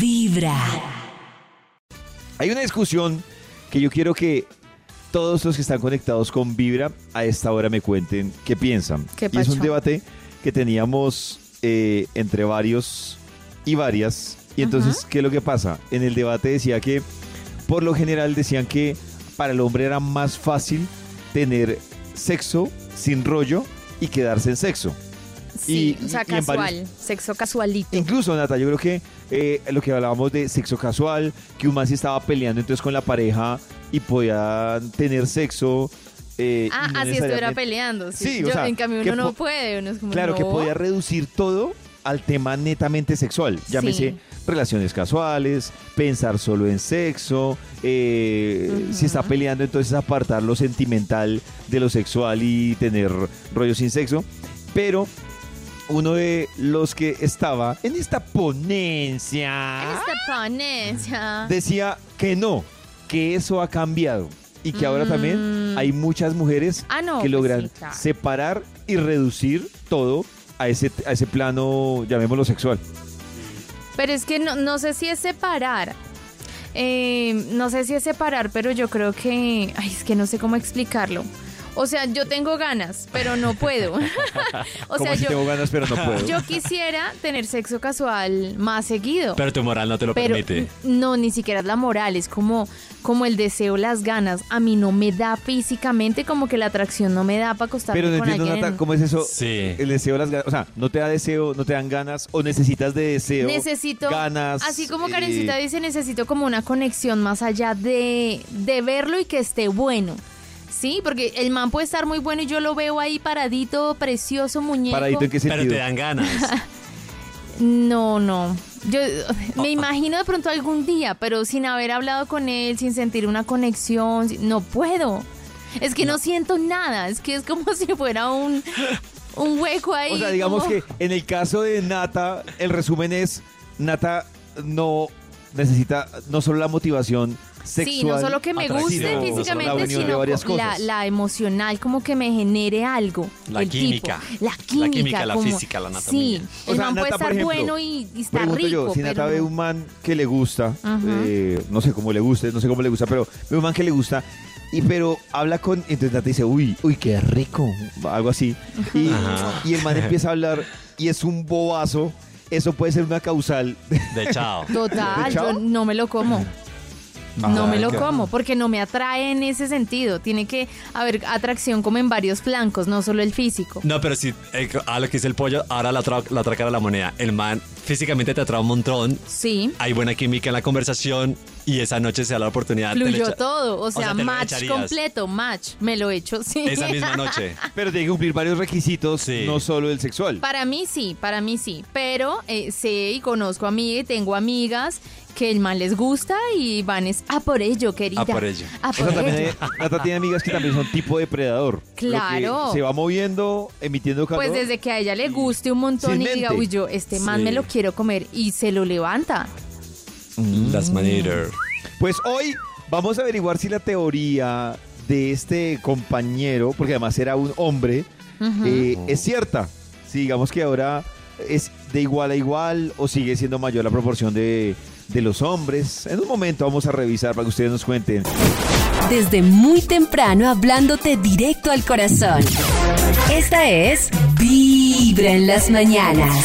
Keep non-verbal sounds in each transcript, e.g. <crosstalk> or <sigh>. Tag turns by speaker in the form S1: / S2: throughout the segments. S1: Vibra.
S2: Hay una discusión que yo quiero que todos los que están conectados con Vibra a esta hora me cuenten qué piensan.
S3: Qué
S2: y es un
S3: pacho.
S2: debate que teníamos eh, entre varios y varias. Y entonces, ¿qué es lo que pasa? En el debate decía que, por lo general, decían que para el hombre era más fácil tener sexo sin rollo y quedarse en sexo.
S3: Sí,
S2: Y-
S3: o sea,
S2: y en
S3: casual,
S2: varios-
S3: sexo casualito.
S2: Incluso, Nata, yo creo que eh, lo que hablábamos de sexo casual, que un man se estaba peleando entonces con la pareja y podían tener sexo. eh,
S3: Ah,
S2: y no
S3: así estuviera
S2: necesariamente-
S3: peleando. Sí,
S2: Sí, o
S3: Yo,
S2: sea,
S3: en cambio
S2: que
S3: uno no
S2: po-
S3: puede, uno es como
S2: Claro, que
S3: no.
S2: podía reducir todo al tema netamente sexual. Llámese
S3: Sí.
S2: relaciones casuales, pensar solo en sexo, eh,
S3: Ujú.
S2: si está peleando entonces apartar lo sentimental de lo sexual y tener rollo sin sexo. Pero uno de los que estaba en esta ponencia
S3: Esta ponencia.
S2: decía que no, que eso ha cambiado y que ahora también
S3: Mm.
S2: hay muchas mujeres
S3: <laughs> Ah, no,
S2: que
S3: pues
S2: logran
S3: sí, claro.
S2: separar y reducir todo a ese, a ese plano, llamémoslo sexual.
S3: Pero es que no, no sé si es separar. Eh, no sé si es separar, pero yo creo que. Ay, es que no sé cómo explicarlo. O sea, yo tengo ganas, pero no puedo. <laughs> o sea,
S2: Como si
S3: yo,
S2: tengo ganas, pero no puedo.
S3: <laughs> yo quisiera tener sexo casual más seguido.
S4: Pero tu moral no te lo
S3: pero
S4: permite.
S3: no, ni siquiera es la moral, es como, como el deseo, las ganas. A mí no me da físicamente, como que la atracción no me da para acostarme
S2: pero no
S3: con
S2: entiendo,
S3: alguien.
S2: Nata, ¿cómo es eso?
S4: Sí.
S2: El deseo, las ganas. O sea, no te da deseo, no te dan ganas, o necesitas de deseo.
S3: Necesito,
S2: ganas.
S3: así como
S2: eh,
S3: Karencita dice, necesito como una conexión más allá de, de verlo y que esté bueno. Sí, porque el man puede estar muy bueno y yo lo veo ahí paradito, precioso, muñeco.
S2: Paradito en qué
S4: Pero
S2: sentido.
S4: te dan ganas.
S3: No, no. Yo
S2: Ah,
S3: me imagino de pronto algún día, pero sin haber hablado con él, sin sentir una conexión, sin- no puedo. Es que no, siento nada, es que es como <laughs> si fuera un, un hueco ahí.
S2: O sea, digamos
S3: como-
S2: que en el caso de Nata, el resumen es, Nata no necesita no solo la motivación sexual.
S3: Sí, no solo que me guste
S4: atracción,
S2: la
S3: físicamente,
S2: unión de
S3: sino
S2: varias
S3: co- la,
S2: cosas.
S3: la emocional, como que me genere algo.
S4: La
S3: el tipo,
S4: química.
S3: la química.
S4: La química, la
S3: como-
S4: física, la anatomía.
S3: Sí,
S2: O
S3: el
S2: sea,
S3: man puede
S2: Nata, por
S3: estar
S2: ejemplo,
S3: bueno y, y está
S2: Pregunto
S3: rico.
S2: yo, si
S3: pero
S2: Nata ve
S3: no.
S2: un man que le gusta,
S3: Ajá.
S2: eh, no sé cómo le guste, no sé cómo le gusta, pero ve un man que le gusta, y pero habla con, entonces Nata dice, uy, uy, qué rico, algo así, y,
S4: Ajá.
S2: y el man empieza a hablar, y es un bobazo, eso puede ser una causal. <laughs>
S4: De chao.
S3: Total,
S2: ¿De
S3: yo
S2: chao?
S3: no me lo
S4: <laughs>
S3: como. No
S2: Ay,
S3: me lo
S2: qué-
S3: como, porque no me atrae en ese sentido. Tiene que haber atracción como en varios flancos, no solo el físico.
S4: No, pero si eh, a lo que dice el pollo, ahora la, tra- la otra cara de la moneda. El man físicamente te atrae un montón.
S3: Sí,
S4: Hay buena química en la conversación y esa noche se da la oportunidad. Ah, te lo
S3: fluyó
S4: echa-
S3: todo. O sea,
S4: te lo
S3: match
S4: echarías
S3: completo, match. Me lo echo, <laughs> sí.
S4: Esa
S3: <laughs>
S4: misma noche.
S2: Pero tiene que cumplir varios requisitos,
S4: Sí.
S2: no solo el sexual.
S3: Para mí sí, para mí sí. Pero eh, sé y conozco a mí, tengo amigas que el man les gusta y van es a por ello, querida.
S4: A Ah, por ello.
S3: A
S2: O
S3: por
S2: sea, también
S3: ello.
S2: hay- Nata tiene amigas que también son tipo depredador. lo que
S3: Claro.
S2: Se va moviendo, emitiendo calor.
S3: Pues desde que a ella le guste un montón
S2: sin
S3: y diga,
S2: mente.
S3: uy, yo, este man
S4: Sí.
S3: me lo quiero comer y se lo levanta.
S4: Las maneras.
S2: Pues hoy vamos a averiguar si la teoría de este compañero, porque además era un hombre, eh, es cierta. Si digamos que ahora es de igual a igual o sigue siendo mayor la proporción de, de los hombres. En un momento vamos a revisar para que ustedes nos cuenten.
S1: Desde muy temprano hablándote directo al corazón. Esta es Vibra en las mañanas.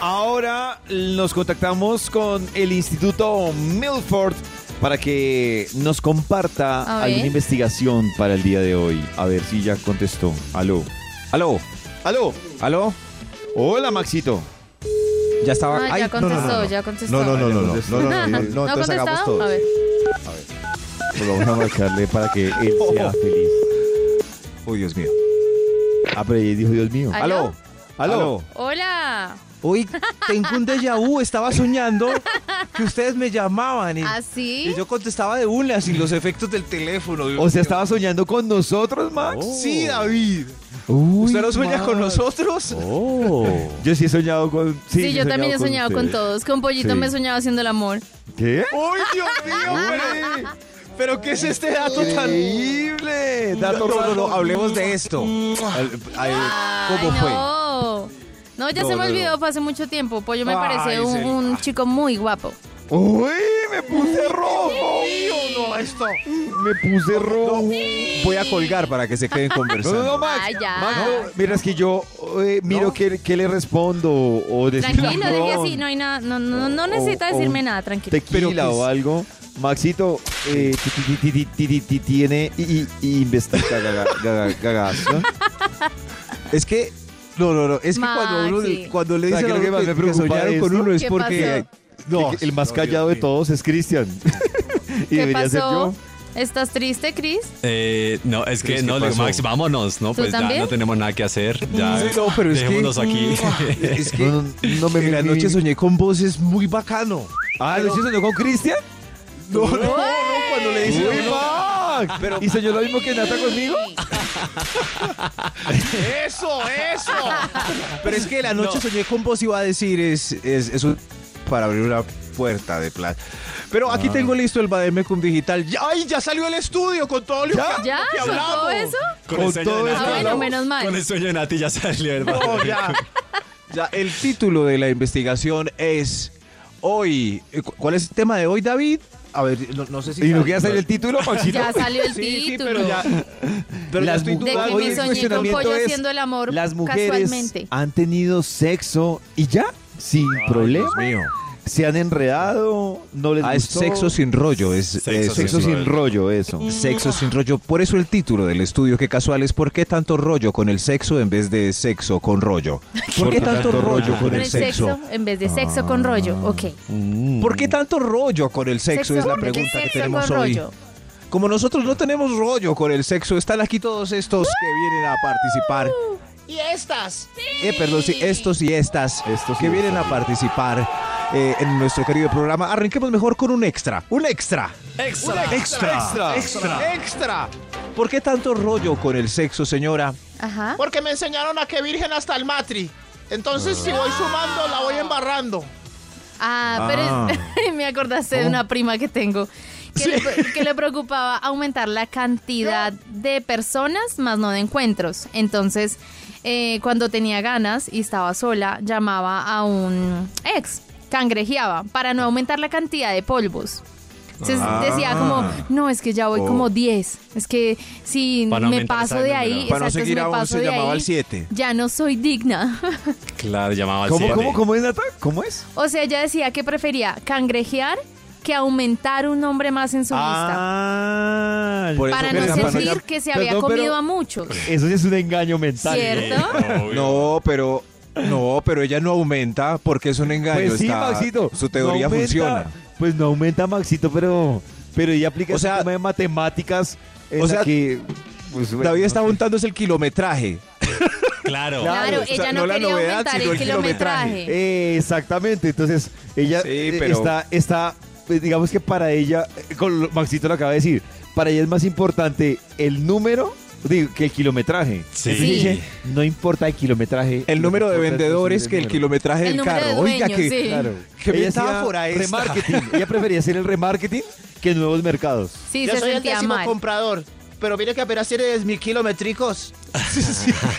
S2: Ahora nos contactamos con el Instituto Milford para que nos comparta
S3: A
S2: alguna
S3: ver.
S2: investigación para el día de hoy. A ver si ya contestó. Aló. Aló. Aló. Aló. Hola, Maxito. Ya estaba.
S3: Ah,
S2: Ay,
S3: ya
S2: no, no, no,
S3: contestó,
S2: no.
S3: ya contestó.
S5: No, no, no, no, no, no, no, no, no,
S3: ¿No ha
S5: entonces hagamos
S3: contestado? A
S5: todo.
S3: ver.
S2: Pues vamos a marcarle para que <laughs> él sea feliz.
S5: Uy, Dios mío.
S2: Ah, pero ella dijo Dios mío.
S3: ¿Aló?
S2: Aló. Aló.
S5: Aló.
S3: Hola.
S5: Hoy tengo un déjà vu, estaba soñando que ustedes me llamaban. Y,
S3: ¿Ah, sí?
S5: y yo contestaba de una sin los efectos del teléfono.
S2: O sea, estaba soñando con nosotros, Max.
S5: Sí, David.
S2: Uy,
S5: ¿Usted no sueña
S2: Max.
S5: con nosotros? <laughs>
S4: Oh.
S2: Yo sí he soñado con. Sí,
S3: Sí, yo también he soñado con,
S2: ustedes.
S3: todos. Con Pollito
S2: Sí.
S3: me he soñado haciendo el amor.
S2: ¿Qué?
S5: ¡Uy, Dios mío! pero, pero qué es este dato tan...
S2: Increíble. Dato
S5: No, no,
S2: raro.
S5: no, hablemos de esto.
S2: Al- ay,
S3: Ay,
S2: ¿Cómo fue?
S3: no. No, ya
S2: No,
S3: se me
S2: no,
S3: olvidó, fue hace mucho tiempo. Pollo me
S5: Ay,
S3: parece un,
S5: Selena.
S3: un chico muy guapo.
S2: ¡Uy! Me puse rojo.
S5: no, esto.
S2: Me puse rojo.
S5: Voy a colgar para que se <laughs> queden
S2: No, no, no,
S5: conversando.
S2: Max.
S3: Ay, ya.
S2: Max, no, mira, es que yo eh, miro qué, qué le respondo o decir
S3: Tranquilo,
S2: perdón,
S3: dije así, no hay nada, no, no, no, no
S2: o-
S3: necesita
S2: o un
S3: decirme nada, tranquilo.
S5: Pero
S2: Oh, Tequila
S5: que
S2: o
S5: es-
S2: algo. Maxito eh, ti- ti- ti- ti- ti- ti- ti- tiene y, y investiga gaga- gaga- gagazo.
S5: Es que... No, no, no. Es que cuando, uno-
S3: Maxi.
S5: cuando le dicen
S2: ¿Sabes qué
S5: a
S2: es lo
S5: uno
S2: que más
S5: que,
S2: me
S5: que
S2: preocupa de
S5: soñaron con
S2: esto?
S5: uno es
S3: ¿Qué
S5: porque...
S2: <laughs> No, el más callado de todos es Cristian. <laughs> y
S3: ¿Qué
S2: debería ser
S3: pasó?
S2: yo.
S3: ¿Estás triste, Cris?
S4: Eh, no, es que
S2: Cris,
S4: no,
S2: ¿qué
S4: le digo,
S2: pasó?
S4: Max, vámonos, ¿no?
S3: ¿Tú
S4: Pues ya
S3: también?
S4: no tenemos nada que hacer. Ya
S5: Sí, no, pero es que-
S4: dejémonos
S2: <laughs>
S5: <laughs>
S4: aquí.
S5: Es que
S2: No, no, no me
S5: en la
S2: mi-
S5: noche soñé con voces muy bacano.
S2: Ah, ¿lo soñó con Cristian?
S5: No, no, no, cuando le dicen a
S2: ¡Uy,
S5: uno-
S2: Max! ¿Y soñó lo mismo que Nata conmigo?
S5: ¡Eso, eso! Pero es que la noche soñé con vos y iba a decir es, es, es un- para abrir una puerta de plata. Pero aquí tengo listo el Bademecum Digital. ¡Ya- ¡Ay, ya salió el estudio con todo lo que-
S3: ¿Ya?
S5: que
S3: ¿Con
S5: hablamos!
S3: todo eso?
S4: Con el
S2: Con
S4: sueño
S2: todo
S4: de
S2: eso
S4: Nati.
S3: Ah, bueno, menos mal.
S4: Con el sueño de Nati ya salió, hermano.
S5: No, ya. Ya, el título de la investigación es Hoy. Eh, cu- ¿Cuál es el tema de hoy, David? A ver, no, no sé si...
S2: ¿Y no quería salir el
S5: <laughs>
S2: título, Maxito?
S3: Ya salió el
S5: Sí, sí,
S3: título.
S5: pero ya... Pero ya
S2: Las
S5: estoy
S2: mu-
S3: De que
S5: dudando.
S2: Hoy
S3: me
S2: el
S3: soñé con
S2: cuestionamiento
S3: pollo
S2: es,
S3: haciendo el amor
S2: Las mujeres
S3: casualmente.
S2: han tenido sexo y ya, sin problema.
S5: Dios mío.
S2: Se han enredado, no les
S5: Ah, es
S2: ¿Eh? gustó.
S5: sexo sin rollo. Es,
S4: Sexo
S5: es-
S2: Sexo sin rollo, eso.
S5: Sexo sin rollo. Por eso el título del estudio, que casual es ¿Por qué tanto rollo con el sexo en vez de sexo con rollo? ¿Por qué tanto rollo con el sexo?
S3: en vez de sexo con rollo. Ok.
S5: ¿Por
S2: Mm.
S5: qué tanto rollo con el sexo? Es la
S3: en vez de
S5: pregunta que
S3: sexo
S5: tenemos
S3: con
S5: hoy.
S3: rollo.
S5: Como nosotros no tenemos rollo con el sexo, están aquí todos estos que vienen a participar. Y estas. Eh, perdón, sí, estos y estas
S2: Estos
S5: que
S2: y
S5: vienen a participar eh, en nuestro querido programa. Arranquemos mejor con un extra. Un extra.
S4: Extra.
S5: Extra. Extra. Extra. ¿Por qué tanto rollo con el sexo, señora?
S3: Ajá.
S6: Porque me enseñaron a que virgen hasta el matri. Entonces, si voy sumando, la voy embarrando.
S3: Ah, pero es- <laughs> me acordaste de una prima que tengo que, le, pre- que le preocupaba aumentar la cantidad de personas más no de encuentros. Entonces, eh, cuando tenía ganas y estaba sola, llamaba a un ex, cangrejeaba, para no aumentar la cantidad de polvos. Entonces
S5: Ah.
S3: decía como, no, es que ya voy
S5: Oh.
S3: como 10. Es que si
S4: Para no
S3: me
S4: aumentar
S3: paso
S4: ese
S3: de
S4: número.
S3: ahí,
S5: Para no
S3: exacto, si
S5: seguir
S3: me
S5: a
S3: paso
S5: 11,
S3: de
S5: llamaba
S3: ahí,
S5: al 7.
S3: ya no soy digna.
S4: Claro, llamaba al
S2: ¿Cómo,
S4: siete.
S2: cómo, cómo es, Nata? ¿Cómo es?
S3: O sea, ella decía que prefería cangrejear que aumentar un hombre más en su
S2: Ah,
S5: Por
S3: lista. Para
S5: pero
S3: no
S5: esa
S3: sentir
S5: palabra-
S3: que se
S2: Perdón,
S3: había
S2: pero-
S3: comido a muchos.
S2: Eso sí es un engaño mental.
S4: Eh,
S3: ¿Cierto?
S4: obvio.
S5: No, pero. No, pero ella no aumenta porque es un engaño.
S2: Pues sí,
S5: está-
S2: Maxito.
S5: Su
S2: no
S5: teoría
S2: aumenta,
S5: funciona.
S2: Pues no aumenta, Maxito, pero, pero ella aplica
S5: O
S2: ese
S5: sea-
S2: tema de matemáticas en
S5: o sea,
S2: la que... pues, bueno,
S5: David
S2: no
S5: está
S2: sé.
S5: juntándose el kilometraje.
S4: Claro.
S3: Claro,
S5: o sea,
S3: ella no,
S5: no la
S3: quería
S5: novedad,
S3: aumentar
S5: sino
S3: el
S5: el kilometraje.
S3: kilometraje.
S2: Eh, exactamente, entonces ella
S5: Sí,
S2: eh,
S5: pero-
S2: está, está, pues, digamos que para ella, eh, con lo- Maxito lo acaba de decir, para ella es más importante el número digo, que el kilometraje.
S4: Sí.
S2: Entonces
S3: Sí.
S2: dice, no importa el kilometraje.
S5: El
S2: lo
S5: número
S2: que importa
S5: de
S2: es
S5: vendedores
S2: el
S5: que el
S2: número.
S5: kilometraje
S3: El
S5: del
S3: número
S5: carro.
S3: de
S5: Oiga,
S3: dueños,
S5: que.
S3: sí.
S2: Claro.
S5: Qué
S2: Ella hacía
S5: metáfora esta. <laughs>
S2: Remarketing. Ella prefería hacer el remarketing que nuevos mercados.
S3: Sí,
S6: Yo
S3: se
S6: soy el
S3: sentía
S6: décimo
S3: mal.
S6: comprador. Pero mire que apenas tiene 10.000 kilométricos.
S5: <laughs>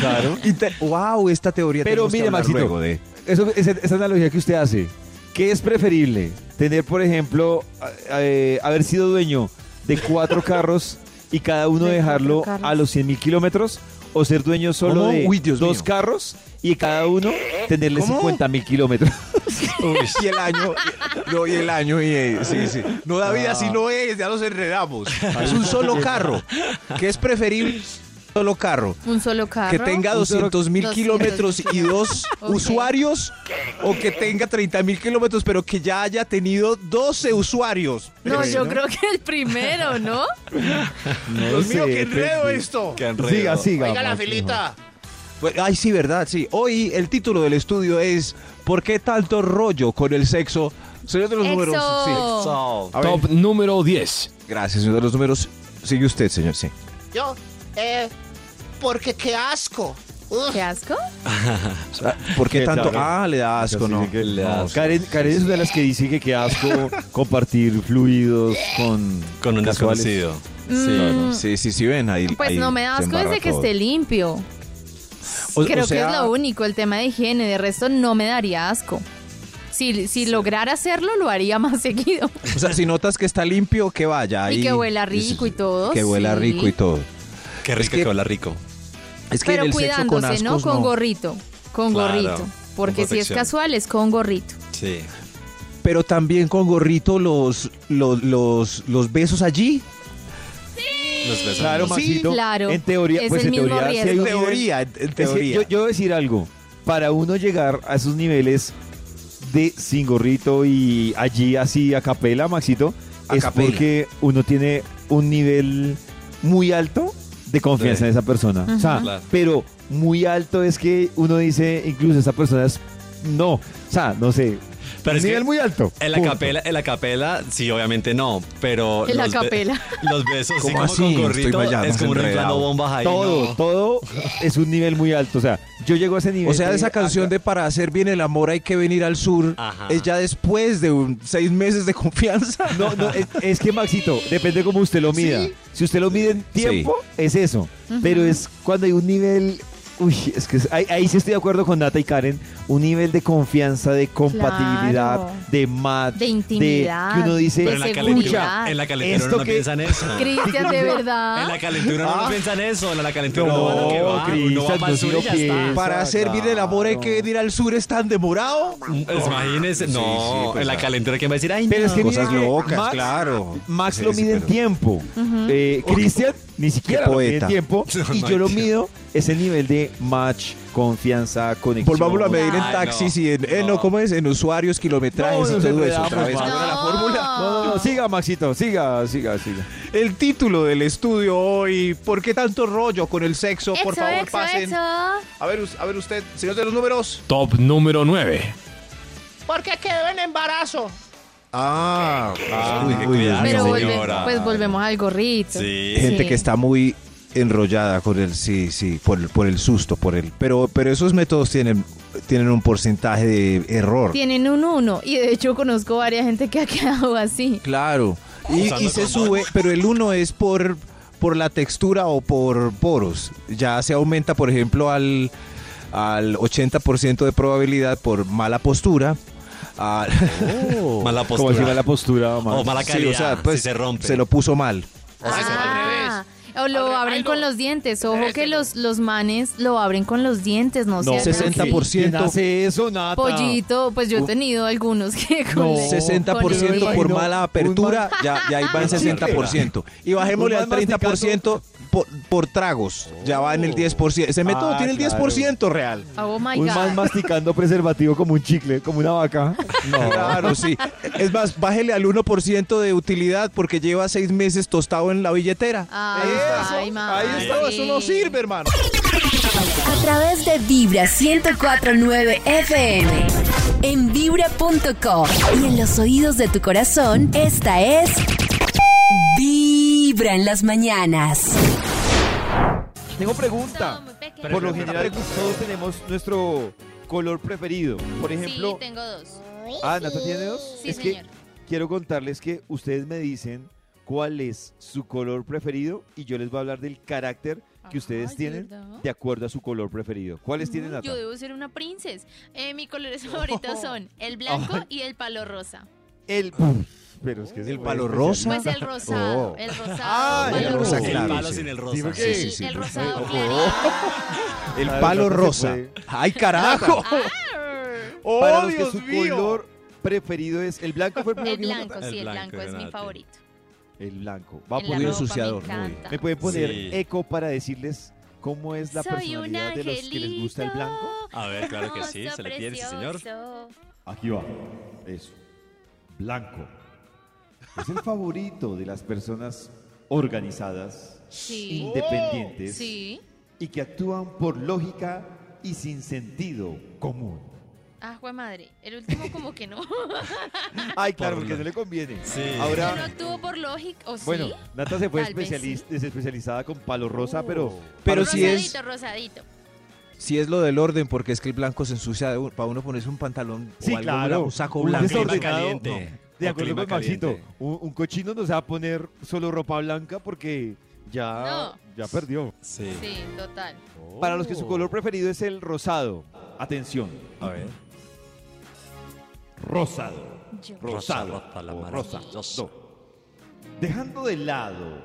S2: Claro.
S5: Inte- wow, esta teoría
S2: Pero
S5: tenemos que
S2: mire,
S5: hablar
S2: Maxito,
S5: luego de-
S2: eso- esa, esa analogía que usted hace, ¿qué es preferible? Tener, por ejemplo, a- eh, haber sido dueño de
S5: <laughs>
S2: cuatro carros y cada uno
S3: De
S2: dejarlo
S3: cuatro carros.
S2: a los 100 mil kilómetros o ser dueño solo
S5: ¿Cómo?
S2: de
S5: Uy, Dios
S2: dos
S5: mío.
S2: carros y cada uno tenerle
S5: ¿Cómo?
S2: 50 mil kilómetros.
S5: Y el año, no, y el año, y eh, sí, sí. No, David, así
S2: Ah.
S5: no es, ya
S2: <laughs>
S5: nos enredamos. Es un solo carro. <laughs> ¿Qué es preferible? Un solo carro.
S3: Un solo carro.
S5: Que tenga 200 mil
S3: 200
S5: kilómetros y dos
S3: <laughs> Ok.
S5: usuarios, o que tenga 30 mil kilómetros, pero que ya haya tenido 12 usuarios.
S3: No, yo creo que el primero, ¿no?
S2: No
S5: <laughs> Dios mío,
S2: sé, <laughs>
S5: qué enredo
S2: pues,
S5: esto.
S4: Qué enredo.
S2: Siga, siga.
S6: Oiga la
S2: Max,
S6: filita.
S5: Pues, Ay, sí, verdad, sí. Hoy el título del estudio es ¿Por qué tanto rollo con el sexo? Señor de los
S3: Exo.
S5: números. Sí. A ver,
S7: Top número 10.
S5: Gracias, señor de los números. Sigue usted, señor, sí.
S6: Yo, eh, porque qué asco. Ugh.
S3: ¿Qué asco?
S5: O sea, ¿Por qué
S2: Qué
S5: tanto?
S2: tal, eh?
S5: Ah, le da asco,
S2: Así
S5: ¿no?
S2: que le
S5: No,
S2: asco. Karen, Karen es una de las que dice que qué asco compartir fluidos con,
S4: Con un
S2: casuales.
S4: desconocido.
S3: Mm,
S5: Sí, sí, sí, ven ahí.
S3: Pues
S5: ahí
S3: no me da
S5: se
S3: asco
S5: embarra
S3: desde que
S5: todo.
S3: esté limpio.
S5: O- o
S3: Creo que
S5: sea,
S3: es lo único, el tema de higiene. De resto, no me daría asco. Si, si lograra hacerlo, lo haría <laughs> más seguido.
S5: O sea, si notas que está limpio, que vaya.
S3: Y
S5: ahí.
S3: que huela rico y todo,
S5: Que huela
S3: sí.
S5: rico y todo.
S4: Qué rico
S5: que-
S4: que, habla rico.
S5: Es que en
S3: Pero
S5: el sexo con
S3: cuidándose, ¿no?
S5: ascos,
S3: Con
S5: no.
S3: gorrito. Con
S4: Claro,
S3: gorrito.
S4: con
S3: Porque si es
S4: protección.
S3: casual, es con gorrito.
S4: Sí.
S5: Pero también con gorrito los, los, los, los besos allí.
S4: Los besos.
S2: Claro,
S3: Sí,
S2: Maxito.
S3: claro.
S2: En teoría,
S3: Es
S2: pues
S3: el
S2: en
S3: mismo
S2: teoría, sí hay
S3: riesgo.
S2: un nivel-
S5: en, en
S2: Es que yo, yo voy a decir algo. Para uno llegar a esos niveles de sin gorrito y allí así a capela, Maxito,
S5: A
S2: es
S5: capela.
S2: porque uno tiene un nivel muy alto de confianza
S4: Sí.
S2: en esa persona. O sea,
S4: Ujú. Claro.
S2: pero muy alto es que uno dice, incluso esa persona es no. O sea, no sé.
S4: Pero es
S2: nivel
S4: que
S2: muy alto.
S4: En la
S2: punto.
S4: capela, en la capela, sí, obviamente no, pero
S3: En la
S4: los be-
S3: capela.
S4: los besos, sí,
S5: ¿Cómo
S4: como
S5: así?
S4: con gorrito,
S5: Estoy vallado,
S4: es como
S5: enredado.
S4: inflando bombas ahí.
S2: Todo,
S4: ¿no?
S2: todo es un nivel muy alto. O sea, yo llego a ese nivel.
S5: O sea, esa canción de Para hacer bien el amor hay que venir al sur
S4: Ajá.
S5: es ya después de un- seis meses de confianza.
S2: No, no, es, es que Maxito, depende cómo usted lo mida. Si usted lo mide en tiempo, es eso. Pero es cuando hay un nivel. Uy, es que es- ahí, ahí sí estoy de acuerdo con Nata y Karen. Un nivel de confianza, de compatibilidad,
S3: Claro.
S2: de match,
S3: De intimidad,
S2: que uno dice,
S4: Pero en la
S3: de
S4: calentura,
S3: seguridad.
S4: en la calentura
S2: Esto
S4: uno no
S2: que-
S4: piensa en eso.
S3: <laughs> Cristian, de
S4: En
S3: verdad.
S4: la calentura uno no piensa en eso, en la calentura
S2: No,
S4: uno va a lo que va, uno va
S2: Cristian,
S4: para el
S2: no, sí
S4: sur
S2: lo
S4: y ya está.
S2: piensa.
S5: <laughs> Para hacer bien el amor hay que venir al sur es tan demorado.
S4: Pues imagínese, no, en la calentura quién va a decir, ay,
S2: Pero
S4: no.
S2: es que
S5: Cosas
S2: mire que
S5: locas,
S2: Max-
S5: claro.
S2: Max
S5: Sí,
S2: lo
S5: sí,
S2: mide en
S5: pero-
S2: tiempo. Eh, Cristian ni siquiera lo mide en
S5: poeta. <laughs>
S2: tiempo.
S4: No,
S2: y
S4: no
S2: yo lo
S4: entiendo.
S2: mido ese nivel de match, confianza, conexión.
S5: Volvámoslo a medir en
S4: Ay,
S5: taxis
S4: no.
S5: y en, eh, no, ¿cómo es? En usuarios, kilometrajes
S2: No,
S5: y
S2: nos
S5: todo eso.
S2: enredamos,
S5: Otra vez.
S2: va.
S3: No.
S2: la fórmula. No, no, no, siga, Maxito, siga, siga, siga.
S5: El título del estudio hoy, ¿por qué tanto rollo con el sexo? Por
S3: Exo,
S5: favor,
S3: exo,
S5: pasen.
S3: exo.
S5: A ver, us- a ver usted, señor de los números.
S7: Top número 9.
S6: Porque quedó en embarazo.
S5: Ah,
S4: uy, qué cuidado,
S3: Pero
S4: no,
S3: volve-
S4: señora.
S3: pues volvemos al gorrito.
S4: Sí.
S5: gente
S3: Sí.
S5: que está muy enrollada con el sí, sí, por el, por el susto, por el. Pero, pero esos métodos tienen, tienen un porcentaje de error.
S3: Tienen un uno. Y de hecho conozco varias gente que ha quedado así.
S5: Claro. Y,
S4: Usando
S5: y se
S4: el
S5: sube, pero el uno es por, por la textura o por poros. Ya se aumenta, por ejemplo, al, al 80% de probabilidad por mala postura. al- Oh.
S4: Mala
S2: Como
S4: postura.
S2: encima la postura, Max.
S5: <laughs>
S4: O mala
S5: Sí,
S4: calidad,
S5: o sea, pues,
S4: si se rompe.
S5: Se lo puso mal.
S3: Ah, O
S6: Al
S3: lo
S6: re-
S3: abren
S6: ay,
S3: con
S6: no.
S3: los dientes. Ojo que los, los manes lo abren con los dientes, no,
S2: No,
S3: sé.
S5: 60%.
S2: ¿Quién hace eso, Nata?
S3: Pollito, pues yo he tenido algunos que con
S2: No.
S3: el- con el
S5: 60% Uh. por
S3: dedo.
S2: no.
S5: mala apertura, ya, ya ahí
S2: <laughs>
S5: va en 60%. Y bajémosle
S2: Un
S5: al
S2: mal Oh.
S5: 30% por, por tragos, ya va en el 10%. Ese método
S2: Ah,
S5: tiene el
S2: claro.
S5: 10% real.
S3: Oh my
S2: Un
S3: God.
S2: man masticando preservativo como un chicle, como una <laughs> vaca.
S5: Claro, sí. Es más, bájele al 1% de utilidad porque lleva seis meses tostado en la billetera.
S3: Ay, ay,
S5: ahí está, eso no
S3: Mari.
S5: sirve, hermano.
S1: A través de Vibra 1049 FM. En vibra.com. Y en los oídos de tu corazón, esta es. Vibra en las mañanas.
S2: Tengo pregunta. Por lo general, todos tenemos nuestro color preferido. Por ejemplo,
S3: tengo dos.
S2: ah, Nata tiene dos.
S3: Sí,
S2: es
S3: señor.
S2: que quiero contarles que ustedes me dicen cuál es su color preferido y yo les voy a hablar del carácter
S3: Ah,
S2: que ustedes
S3: Ay,
S2: tienen
S3: ¿verdad?
S2: de acuerdo a su color preferido. ¿Cuáles tienen, Nata?
S3: Mm, Yo debo ser una princesa. Eh, mis colores favoritos son el blanco y el palo rosa. ¡Oh,
S2: El. Pero es que es
S5: El
S2: muy
S5: palo
S2: especial.
S5: rosa.
S3: Pues el rosado,
S5: Oh.
S3: el rosado,
S2: Ah,
S3: palo
S5: el rosa,
S3: rosa.
S4: El
S5: claro,
S4: palo
S5: sí.
S4: sin el
S2: Sí,
S4: rosa.
S2: porque-
S3: Sí,
S5: sí,
S3: el
S5: sí.
S3: rosado
S5: Oh.
S3: clarito.
S5: El
S2: Claro,
S5: palo
S2: no se
S5: rosa.
S2: puede.
S5: ¡Ay,
S3: Ah,
S5: carajo!
S3: Arr.
S5: ¡Oh,
S2: Para los que
S5: Dios
S2: su
S5: mío!
S2: color preferido es el blanco. Fue el, primero
S3: El
S2: que dijo
S3: blanco,
S2: Nata.
S3: sí, el blanco es mi
S4: espérate.
S3: favorito.
S2: El blanco. Va a
S3: En la
S5: poner
S3: ropa,
S5: ensuciador,
S3: me
S5: muy bien.
S3: encanta.
S2: ¿Me pueden poner
S4: Sí.
S2: eco para decirles cómo es la
S3: Soy un
S2: personalidad de los que les gusta el blanco?
S3: angelito,
S4: A ver, claro que sí,
S3: hermoso,
S4: se le tiene, sí, señor.
S3: precioso.
S2: Aquí va. Eso. Blanco. Es el favorito de las personas organizadas,
S3: Sí.
S2: independientes
S3: Sí.
S2: y que actúan por lógica y sin sentido común.
S3: Ah, jue madre. El último como que no. <laughs>
S2: Ay, claro,
S4: Por
S2: porque
S4: lo-
S2: no le conviene.
S4: Sí.
S3: Yo no
S2: Ahora,
S3: actúo por lógica, ¿o sí?
S2: bueno, Nata se fue
S3: Tal vez
S2: especialis- es especializada con palo rosa, pero...
S5: Pero
S2: palo
S5: si
S2: rosa-
S5: es-
S3: rosadito, rosadito.
S5: Si es lo del orden, porque es que el blanco se ensucia de un- para uno ponerse un pantalón
S2: Sí,
S5: o algo,
S2: claro.
S5: un saco
S2: Un
S5: blanco.
S4: clima
S2: desordenado,
S4: caliente.
S2: no. De
S4: Un
S2: acuerdo
S4: clima
S2: con Maxito,
S4: caliente.
S2: un, un cochino no se va a poner solo ropa blanca porque ya, ya perdió.
S4: Sí.
S3: Sí, total.
S2: Para los que su color preferido es el rosado, atención,
S4: A ver.
S2: rosado,
S3: Yo.
S2: rosado,
S4: Rosa, rota, la
S2: o
S4: maravillosa.
S2: rosado. Dejando de lado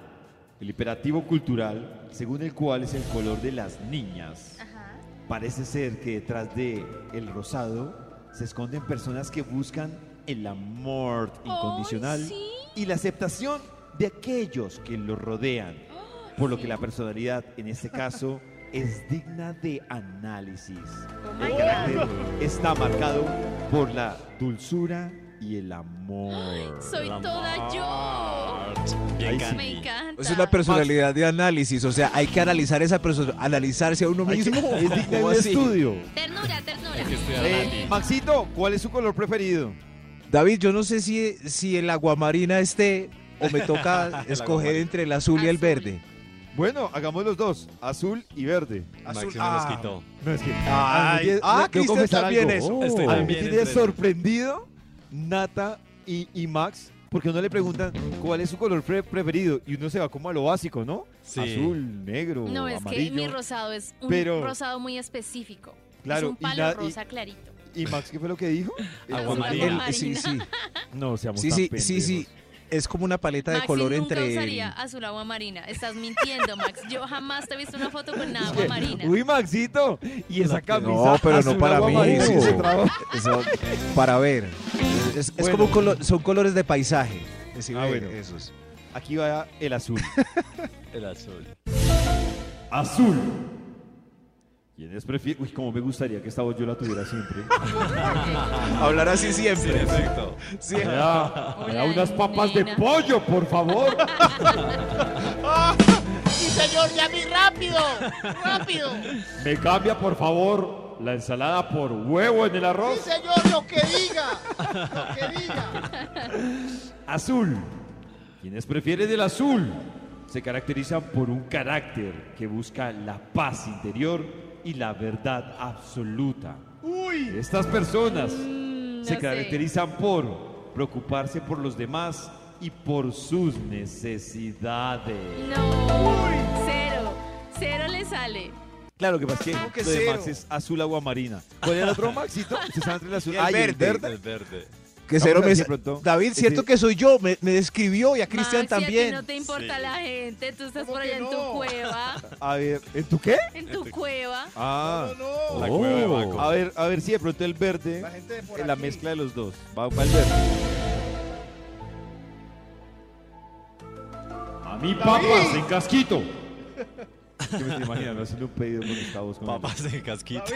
S2: el imperativo cultural según el cual es el color de las niñas,
S3: Ajá.
S2: parece ser que detrás de el rosado se esconden personas que buscan el amor incondicional
S3: sí.
S2: y la aceptación de aquellos que los rodean. Por lo que la personalidad en este caso es digna de análisis. el carácter está marcado por la dulzura y el amor.
S3: Soy toda yo.
S4: Bien,
S2: Ahí sí.
S3: Me encanta.
S5: Es una personalidad de análisis, o sea, hay que analizar esa persona, analizarse a uno
S2: Hay que-
S5: mismo.
S2: <laughs> es digna de
S5: ¿Cómo
S2: un
S5: así?
S2: estudio.
S3: Ternura, ternura.
S2: Eh, Maxito, ¿cuál es su color preferido?
S5: David, yo no sé si, si el aguamarina esté o
S4: <laughs>
S5: me toca escoger
S4: aguamarina.
S5: entre el azul y el
S3: Azul.
S5: verde.
S2: Bueno, hagamos los dos, azul y verde.
S4: Maxi
S5: Azul-
S4: no los
S5: ah.
S4: quitó.
S2: No, es que.
S5: Ay,
S2: Ay,
S5: ah,
S2: debo
S5: Cristian
S2: confesar
S5: también
S2: algo.
S5: es.
S2: Oh.
S4: Estoy
S2: A mí me
S4: también
S2: tiene
S4: entre-
S2: sorprendido Nata y, y Max, porque uno le preguntan cuál es su color pre- preferido y uno se va como a lo básico, ¿no?
S4: Sí.
S2: Azul, negro,
S3: No, es que
S2: amarillo.
S3: mi rosado es un
S2: Pero-
S3: rosado muy específico.
S2: Claro,
S3: es un
S2: y na-
S3: palo
S2: y-
S3: rosa clarito.
S2: ¿Y Max qué fue lo que <laughs> dijo? Eh,
S4: Aguamarina.
S5: El- sí, sí,
S2: No, seamos
S5: sí,
S2: tan
S5: sí, sí,
S2: pendejos.
S5: sí. Es como una paleta de
S3: Maxi
S5: color
S3: nunca
S5: entre. el-
S3: usaría azul agua marina. Estás mintiendo, Max. Yo jamás te he visto una foto con nada agua marina.
S2: Uy, Maxito, y esa camisa.
S5: No, pero no
S2: azul
S5: para
S2: agua
S5: mí.
S2: marina que se
S5: eso-
S2: trajo.
S5: eso- para ver. Es, es
S2: Bueno.
S5: como colo- son colores de paisaje. Sí,
S2: Ah,
S5: ve,
S2: bueno.
S5: esos.
S2: Aquí va el azul.
S4: El azul.
S2: <laughs> Azul. ¿Quién es prefiere? Uy, como me gustaría que esta voz yo la tuviera <laughs> siempre.
S5: Hablar así
S4: Sí,
S5: siempre.
S4: perfecto.
S5: Sí.
S2: Me da
S3: Hola,
S2: unas papas de
S3: nena.
S2: pollo, por favor.
S6: Sí, señor, ya vi rápido. Rápido.
S2: Me cambia, por favor, la ensalada por huevo en el
S6: Sí,
S2: arroz.
S6: señor, lo que diga. Lo que diga.
S2: Azul. Quienes prefieren el azul se caracterizan por un carácter que busca la paz interior y la verdad absoluta. Uy. Estas personas se
S3: Mm, no sé.
S2: caracterizan por preocuparse por los demás y por sus necesidades.
S3: No. Cero. Cero le sale.
S2: Claro, que pasa es que,
S5: que
S2: lo de
S5: cero?
S2: Max es azul agua marina. ¿Cuál era el otro Maxito? Se está entre el azul
S5: Y el
S2: ah, y el
S5: verde.
S2: verde.
S4: El verde.
S5: Que
S2: Vamos
S5: cero
S2: a
S5: me
S2: ver si pronto-
S5: David, cierto
S2: ese-
S5: que soy yo, me, me describió y a Cristian
S3: Maxi, a ti
S5: también.
S3: no te importa
S4: Sí.
S3: la gente. Tú estás
S6: ¿Cómo
S3: por
S6: que
S3: allá en
S6: no?
S3: tu cueva.
S2: A ver, ¿en tu qué?
S3: En
S6: <laughs>
S3: tu cueva.
S2: Ah.
S6: No,
S4: La cueva de
S8: Oh.
S4: Baco.
S2: A ver, a ver si de pronto el verde
S6: la gente de por
S2: en la
S6: aquí.
S2: mezcla de los dos. Va, va el verde.
S8: Ah,
S2: A mi papas en casquito. Yo me estoy imaginando haciendo un pedido con esta voz. Con
S4: Papas de casquito.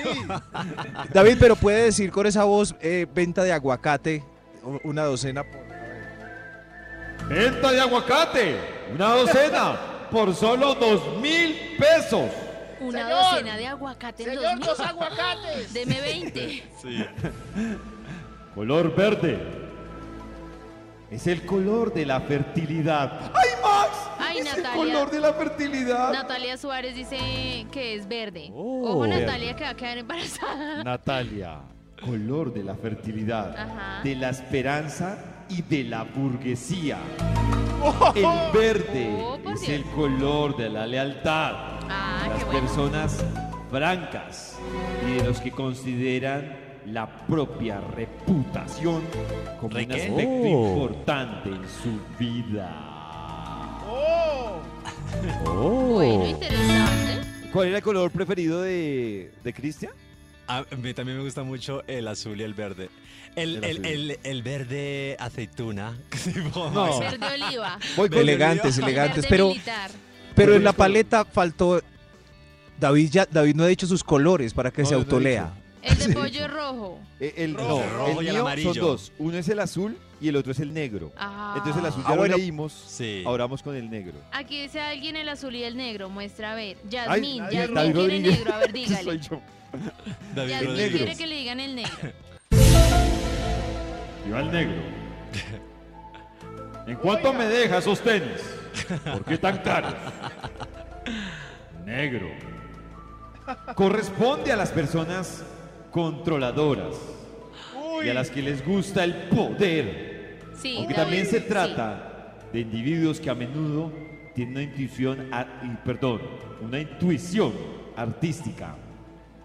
S5: David, pero puede decir con esa voz eh, venta de aguacate, u- una docena. por-
S2: Venta de aguacate, una docena, por solo dos mil pesos.
S3: Una
S6: Señor.
S3: docena de aguacate. en
S6: Señor,
S3: dos
S6: dos
S3: mil.
S6: aguacates.
S3: Deme 20.
S6: <laughs>
S4: Sí.
S2: Color verde. Es el color de la fertilidad. ¡Ay, Max!
S3: Ay,
S2: es
S3: Natalia.
S2: el color de la fertilidad.
S3: Natalia Suárez dice que es verde.
S4: Oh.
S3: Ojo,
S2: Verde.
S3: Natalia, que va a
S2: <laughs>
S3: quedar embarazada.
S2: Natalia, color de la fertilidad,
S3: Ajá.
S2: de la esperanza y de la <laughs> burguesía. El verde
S3: Oh, por
S2: es
S3: Dios.
S2: el color de la lealtad,
S3: Ah,
S2: de las
S3: qué bueno.
S2: personas francas y de los que consideran la propia reputación como
S4: ¿De
S2: un
S4: qué?
S2: aspecto
S4: Oh.
S2: importante en su vida. Oh.
S3: Bueno, interesante.
S2: ¿Cuál era el color preferido de, de Cristian?
S4: A mí también me gusta mucho el azul y el verde. El,
S2: El
S4: el,
S2: azul.
S4: el- el verde aceituna. <laughs> Tipo,
S2: No.
S4: Maxi.
S2: <laughs>
S3: Verde oliva.
S2: Voy
S4: con-
S5: elegantes,
S4: Verde
S5: elegantes.
S3: Verde
S5: Pero,
S3: militar.
S5: pero
S2: Verde
S5: en la
S2: es color.
S5: paleta faltó. David, ya, David no ha dicho sus colores para que
S2: No,
S5: se
S2: yo no he
S5: autolea.
S2: dicho.
S3: El
S2: <laughs>
S3: de pollo es rojo.
S2: Eh, El,
S4: Rojo,
S2: no,
S4: rojo
S2: el
S4: y el
S2: mío
S4: amarillo.
S2: son dos. Uno es el azul y el otro es el negro.
S3: Ah.
S2: Entonces el azul ya
S5: Ah,
S2: lo
S5: bueno.
S2: leímos.
S4: Sí.
S2: Ahora vamos con el negro.
S3: Aquí dice alguien el azul y el negro. Muestra a ver.
S2: Ay,
S3: Yasmín,
S2: David
S3: Yasmín quiere
S2: Rodríguez.
S3: el negro. A ver,
S2: Soy <laughs>
S3: dígale.
S2: yo.
S4: David
S3: Yasmín
S2: negro.
S3: quiere que le digan el negro.
S8: Yo al negro. ¿En cuánto me deja esos tenis? ¿Por qué tan caros? Negro. Corresponde a las personas controladoras y a las que les gusta el poder.
S3: Sí.
S8: Aunque
S3: David,
S8: también se
S3: sí.
S8: trata de individuos que a menudo tienen una intuición, a- y, perdón, una intuición artística.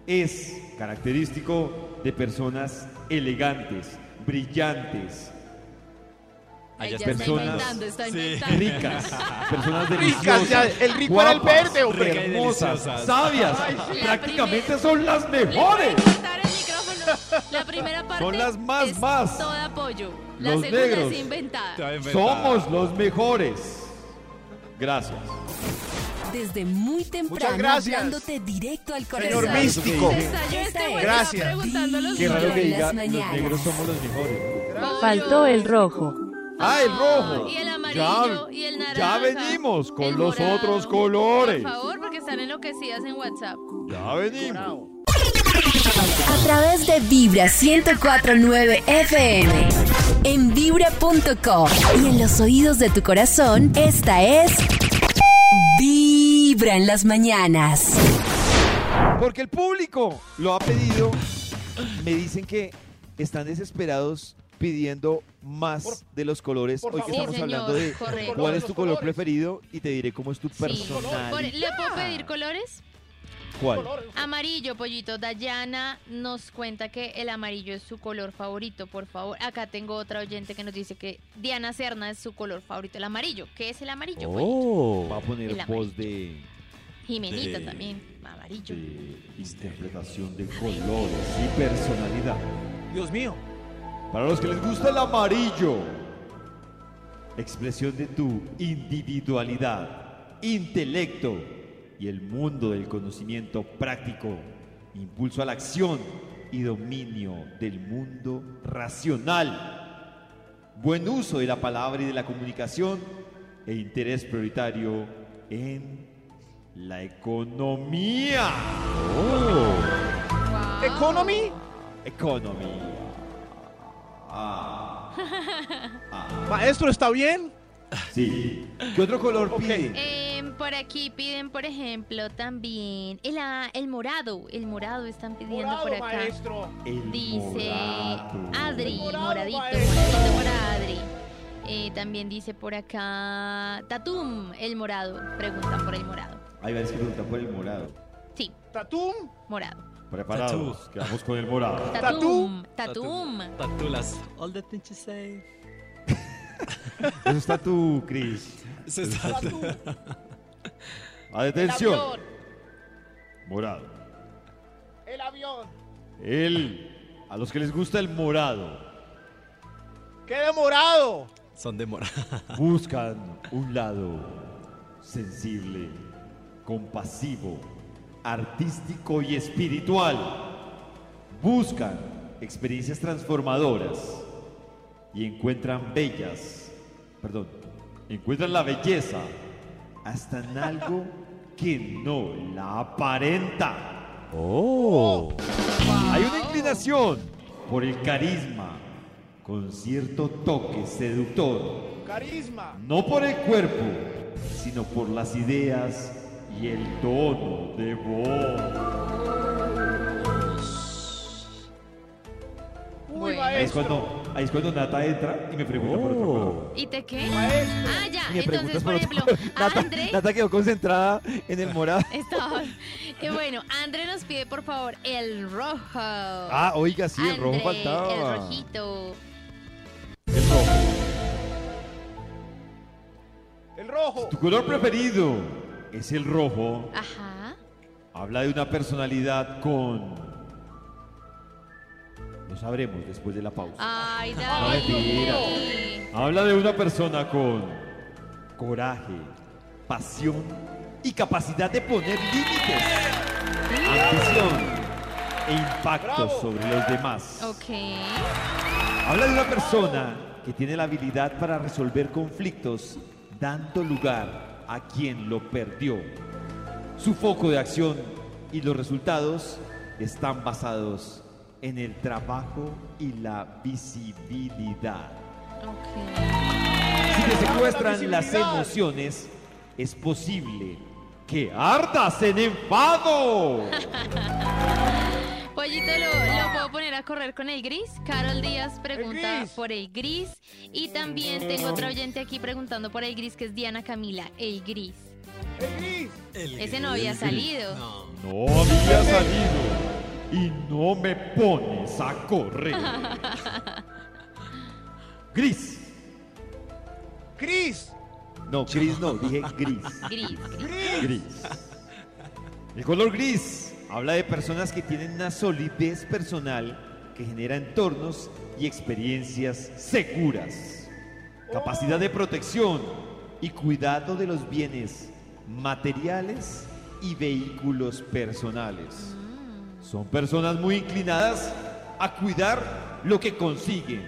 S8: Es característico de personas elegantes, brillantes,
S3: Ay,
S4: Allá
S3: ya está
S8: personas-
S3: inventando, está
S4: Sí.
S3: inventando.
S8: ricas, personas
S6: Ricas, ya,
S8: deliciosas,
S6: el rico era el
S8: guapas,
S6: verde, hombre.
S4: Rica y
S8: hermosas,
S4: deliciosas.
S8: sabias,
S3: sí.
S8: prácticamente son las
S3: Le voy a
S8: mejores.
S3: cortar el micrófono. La primera parte
S2: Son las más,
S3: es
S2: más.
S3: toda pollo. La
S8: Los
S3: segunda
S8: negros.
S3: es inventada.
S4: Está inventada.
S8: Somos los mejores. Gracias.
S1: Desde muy temprano,
S6: Muchas gracias.
S1: hablándote directo al corazón.
S6: Señor místico.
S3: Se estalló este
S1: Esta es.
S3: güey,
S6: Gracias.
S3: estaba preguntando los
S2: Qué raro que
S3: colores.
S1: En
S2: diga,
S1: las
S2: los
S1: mañanas".
S2: negros somos los mejores.
S3: Pollo.
S9: Faltó el rojo.
S8: Ah, el rojo.
S3: Y el amarillo y el naranja.
S8: Ya venimos con
S3: el
S8: los
S3: morado.
S8: otros colores.
S3: Por favor, porque están enloquecidas en WhatsApp.
S8: Ya venimos.
S1: A través de Vibra 1049 FM. En vibra.com. Y en los oídos de tu corazón, esta es. Vibra en las mañanas.
S2: Porque el público lo ha pedido. Me dicen que están desesperados pidiendo más de los colores.
S6: por
S2: Hoy que
S6: favor.
S2: estamos
S3: Sí, señor,
S2: hablando de
S3: correcto.
S2: cuál es tu
S6: Los
S2: color
S6: colores.
S2: preferido y te diré cómo es tu
S3: Sí. Por-
S2: personal.
S3: ¿Le puedo pedir colores?
S2: ¿Cuál?
S3: Amarillo, pollito. Dayana nos cuenta que el amarillo es su color favorito, por favor. Acá tengo otra oyente que nos dice que Diana Serna es su color favorito, el amarillo. ¿Qué es el amarillo? pollito?
S2: Va a poner
S3: El amarillo.
S2: voz de,
S3: Jimenita
S4: Oh, Sí.
S3: también, amarillo.
S8: de interpretación de colores y personalidad.
S5: Dios mío.
S8: Para los que les gusta el amarillo, expresión de tu individualidad, intelecto y el mundo del conocimiento práctico, impulso a la acción y dominio del mundo racional, buen uso de la palabra y de la comunicación e interés prioritario en la economía.
S6: Economy.
S8: Economía.
S5: Maestro, ¿está bien?
S8: Sí. ¿Qué otro color pide?
S3: Em, por aquí piden, por ejemplo, también el, a- el morado. El morado están pidiendo por
S6: Morado,
S3: acá.
S6: maestro.
S8: El
S3: Dice
S8: morado.
S3: Adri,
S6: Morado,
S3: moradito,
S6: maestro.
S3: moradito para Adri. Eh, también dice por acá Tatum, el morado. Preguntan por el morado.
S8: Hay varios que preguntan por el morado.
S3: Sí,
S6: Tatum.
S3: morado.
S8: Preparados. Quedamos con el morado.
S3: Tatum, Tatum.
S4: Tatulas. All the things you say.
S8: Eso está tú, Chris.
S4: Se está-
S8: A
S6: El
S8: detención.
S6: avión.
S8: Morado.
S6: El avión.
S8: El. A los que les gusta el morado,
S6: ¡Qué demorado!
S4: Son de mora.
S8: buscan un lado sensible, compasivo, artístico y espiritual. Buscan experiencias transformadoras y encuentran bellas, perdón, encuentran la belleza hasta en algo que no la aparenta. Hay una inclinación por el carisma con cierto toque seductor,
S6: Carisma.
S8: no por el cuerpo, sino por las ideas y el tono de voz.
S6: Uy,
S3: Bueno.
S8: Ahí es
S6: maestro.
S8: cuando, ahí es cuando Nata entra y me pregunta por otro color.
S3: ¿Y te qué?
S6: Maestro.
S3: Ah, ya.
S2: Me
S3: Entonces,
S2: preguntas
S3: por
S2: por otro
S3: ejemplo,
S8: <laughs>
S2: <laughs> Nata,
S3: André.
S2: Nata quedó concentrada en el morado.
S3: Estaba. Eh, bueno, André nos pide por favor el rojo.
S2: Ah, oiga, sí, el rojo
S3: André,
S2: faltaba.
S3: El rojito.
S6: El rojo.
S8: Tu color preferido es el rojo.
S3: Ajá.
S8: Habla de una personalidad con... Lo sabremos después de la pausa.
S3: Ay,
S8: mentira.
S3: David.
S8: Habla de una persona con coraje, pasión y capacidad de poner límites. Ambición,
S2: e impacto sobre los demás.
S3: Ok.
S2: Habla de una persona que tiene la habilidad para resolver conflictos dando lugar a quien lo perdió. Su foco de acción y los resultados están basados en el trabajo y la visibilidad. Si te secuestran las emociones, es posible que ardas en enfado.
S3: Pollito, lo, lo puedo poner a correr con el gris. Carol Díaz pregunta por el gris. Y también tengo otra oyente aquí preguntando por el gris, que es Diana Camila. El gris. Ese no había salido.
S2: No había salido y no me pones a correr. Gris.
S10: Cris,
S2: No, gris no, dije gris.
S3: Gris, gris.
S2: Gris. El color gris habla de personas que tienen una solidez personal que genera entornos y experiencias seguras. Capacidad de protección y cuidado de los bienes materiales y vehículos personales.
S3: Mm.
S2: Son personas muy inclinadas a cuidar lo que consiguen.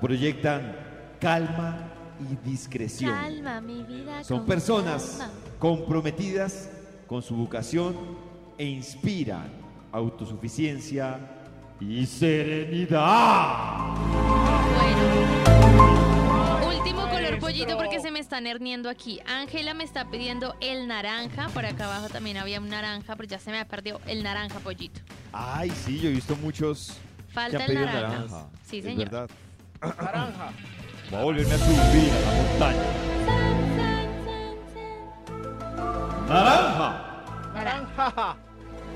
S2: Proyectan calma y discreción.
S3: Calma, mi vida.
S2: Son
S3: con
S2: personas
S3: calma.
S2: comprometidas con su vocación e inspiran autosuficiencia y serenidad.
S3: Bueno. Último color pollito porque se me están herniendo aquí. Ángela me está pidiendo el naranja. Por acá abajo también había un naranja, pero ya se me ha perdido el naranja pollito.
S11: Ay, sí, yo he visto muchos.
S3: Falta
S11: que han
S3: el
S11: pedido
S3: naranja. Sí,
S11: Es
S3: señor.
S11: verdad.
S10: naranja.
S2: Voy a volverme a subir a la montaña. Naranja.
S3: Naranja.
S10: Jaja.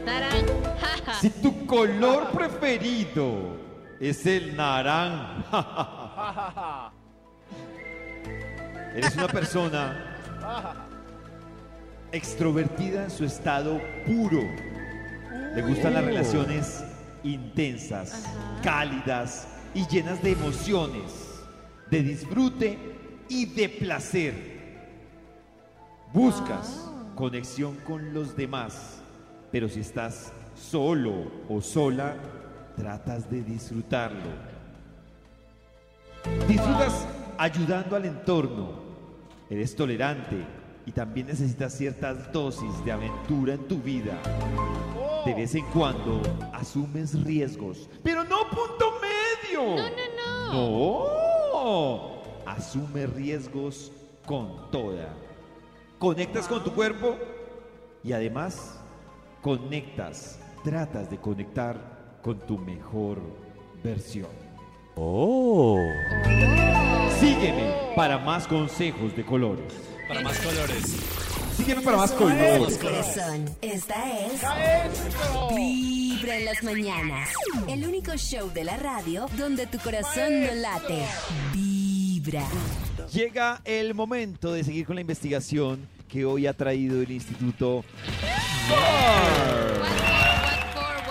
S3: Naranja.
S2: Si tu color preferido es el naranja, eres una persona extrovertida en su estado puro. Le gustan las relaciones intensas, cálidas y llenas de emociones, de disfrute y de placer. Buscas conexión con los demás, pero si estás solo o sola, tratas de disfrutarlo. Disfrutas ayudando al entorno. Eres tolerante y también necesitas ciertas dosis de aventura en tu vida. De vez en cuando asumes riesgos, pero no punto medio.
S3: No, no, no.
S2: No. Asume riesgos con toda. Conectas con tu cuerpo y además conectas, tratas de conectar con tu mejor versión. Oh. Sígueme para más consejos de colores.
S4: Para más colores.
S2: Sígueme para más
S12: Tu
S2: colores.
S12: corazón. Esta es
S10: Maestro.
S12: Vibra en las mañanas. El único show de la radio donde tu corazón no late. Vibra.
S11: Llega el momento de seguir con la investigación que hoy ha traído el Instituto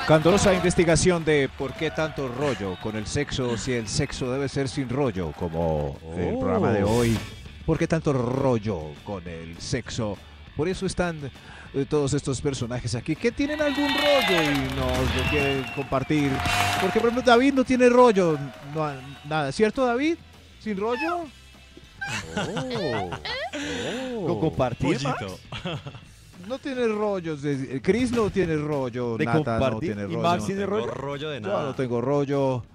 S5: Candorosa investigación de por qué tanto rollo con el sexo, si el sexo debe ser sin rollo, como el programa de hoy. ¿Por qué tanto rollo con el sexo? Por eso están eh, todos estos personajes aquí que tienen algún rollo y nos lo quieren compartir. Porque, por ejemplo, David no tiene rollo, no, ha- nada. ¿Cierto, David? ¿Sin rollo?
S11: con compartir más,
S4: Pollito.
S5: No tiene rollos. eh, Chris no tiene rollo.
S11: de
S5: Nata no
S11: compartir
S5: tiene
S11: y
S5: rollo.
S11: Max tiene
S4: Tengo
S11: rollo.
S4: rollo de
S5: Yo no
S4: nada.
S5: tengo rollo.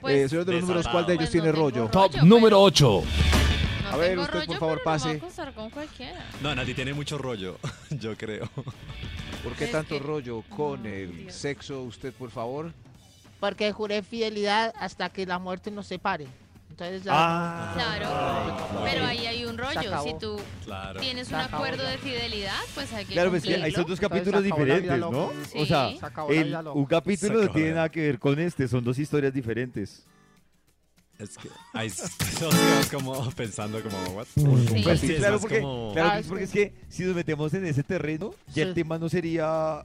S3: Pues,
S5: Eh, señor de los números, ¿cuál de ellos
S3: Pues no
S5: tiene
S3: tengo
S5: rollo?
S3: rollo.
S13: Top
S3: pues.
S13: número 8.
S3: No
S5: A ver,
S3: tengo
S5: usted, por
S3: rollo,
S5: favor,
S3: pero no me
S5: pase.
S3: voy a acostar con cualquiera.
S4: No, Nati tiene mucho rollo, <laughs> yo creo.
S5: ¿Por qué
S3: Es
S5: tanto
S3: que-
S5: rollo con
S3: Ay,
S5: el
S3: Dios.
S5: sexo, usted, por favor?
S9: Porque juré fidelidad hasta que la muerte nos separe. Entonces ya
S11: Ah,
S3: Claro. Pero ahí hay un rollo.
S9: acabó.
S3: Si tú
S4: Claro.
S3: tienes
S9: Se
S3: un
S9: acabó
S3: acuerdo
S9: ya.
S3: de fidelidad, pues hay que
S11: claro, pues que
S3: cumplirlo.
S11: hay son dos
S9: Entonces,
S11: capítulos
S9: se acabó la vida
S11: diferentes, ¿no?
S9: loca.
S3: Sí.
S11: O sea,
S9: se acabó la
S11: el-
S9: vida loca.
S11: un
S4: Se
S11: capítulo no
S4: acabó
S11: tiene
S4: la-
S11: nada que ver con este, son dos historias diferentes.
S4: Es que <laughs> ahí todos quedamos como pensando como, what?
S3: Sí.
S11: Pues sí,
S4: Sí, es
S11: claro,
S4: más
S11: porque,
S4: como-
S11: claro,
S9: Ah,
S11: Luis,
S9: es
S11: porque
S9: que-
S11: es que si nos metemos en ese terreno, ya el
S9: Sí.
S11: tema no sería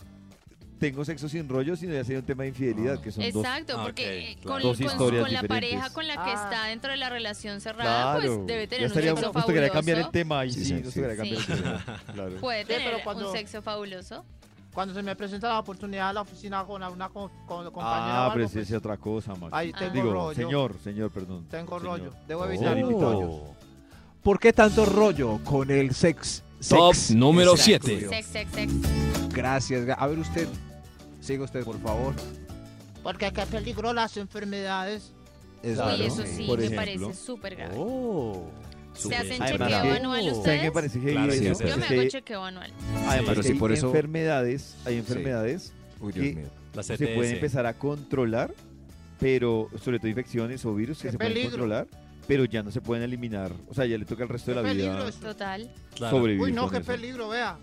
S11: tengo sexo sin rollo, sino ya sería un tema de infidelidad, que son dos.
S3: Exacto,
S4: Ah,
S3: porque
S4: ok,
S3: eh,
S4: claro.
S3: con,
S11: Dos
S3: con-
S11: historias
S3: con la
S11: diferentes.
S3: pareja con la que
S9: Ah.
S3: está dentro de la relación cerrada,
S11: claro,
S3: pues debe
S11: ya
S3: tener un
S11: estaría,
S3: sexo
S11: nos tocaría
S3: fabuloso.
S11: cambiar el tema y sí,
S5: Sí, sí,
S11: nos
S2: <laughs>
S5: sí.
S11: tocaría cambiar el tema. Claro.
S3: Puede
S9: pero
S3: tener
S9: cuando-
S3: un sexo fabuloso.
S6: Cuando se me presenta la oportunidad a la oficina con una co- con- compañera. o
S2: Ah,
S6: algo,
S2: pero
S6: pues,
S2: ese es otra cosa, Max.
S6: Ahí tengo
S2: Digo,
S6: rollo.
S2: señor, señor, perdón.
S6: Tengo
S2: Señor.
S6: rollo. Debo evitar
S2: Oh.
S6: mis rollos.
S5: ¿Por qué tanto rollo con el sex?
S7: Top
S5: sex
S7: número
S5: sex?
S7: siete.
S3: Sex, sex, sex.
S5: Gracias. gra- A ver usted. Siga usted, por favor.
S9: Porque acá peligro las enfermedades.
S3: Uy,
S5: Exacto.
S3: eso sí,
S2: por
S3: me
S2: ejemplo.
S3: parece súper grave. ¿Se
S4: Súper.
S3: hacen
S2: Además
S3: chequeo
S2: que-
S3: anual
S2: ¿Saben qué
S3: ustedes?
S2: parece que
S4: Claro,
S2: hay
S4: sí,
S2: eso?
S4: sí,
S3: Yo
S4: sí.
S3: me
S2: Que-
S3: hago chequeo anual.
S2: Además,
S5: pero
S2: que
S5: si
S2: hay
S5: por eso-
S2: enfermedades, hay enfermedades
S5: Uy, Dios
S2: que
S5: mío.
S4: La
S2: se
S4: CTS.
S2: pueden empezar a controlar, pero sobre todo infecciones o virus que
S6: ¡Qué
S2: se
S6: peligro!
S2: pueden controlar, pero ya no se pueden eliminar. O sea, ya le toca el resto de
S6: ¡Qué
S2: la
S6: peligro
S2: vida
S6: eso!
S3: Total.
S4: Claro.
S2: sobrevivir.
S6: Uy, no,
S2: con
S6: qué
S2: eso.
S6: peligro, vea.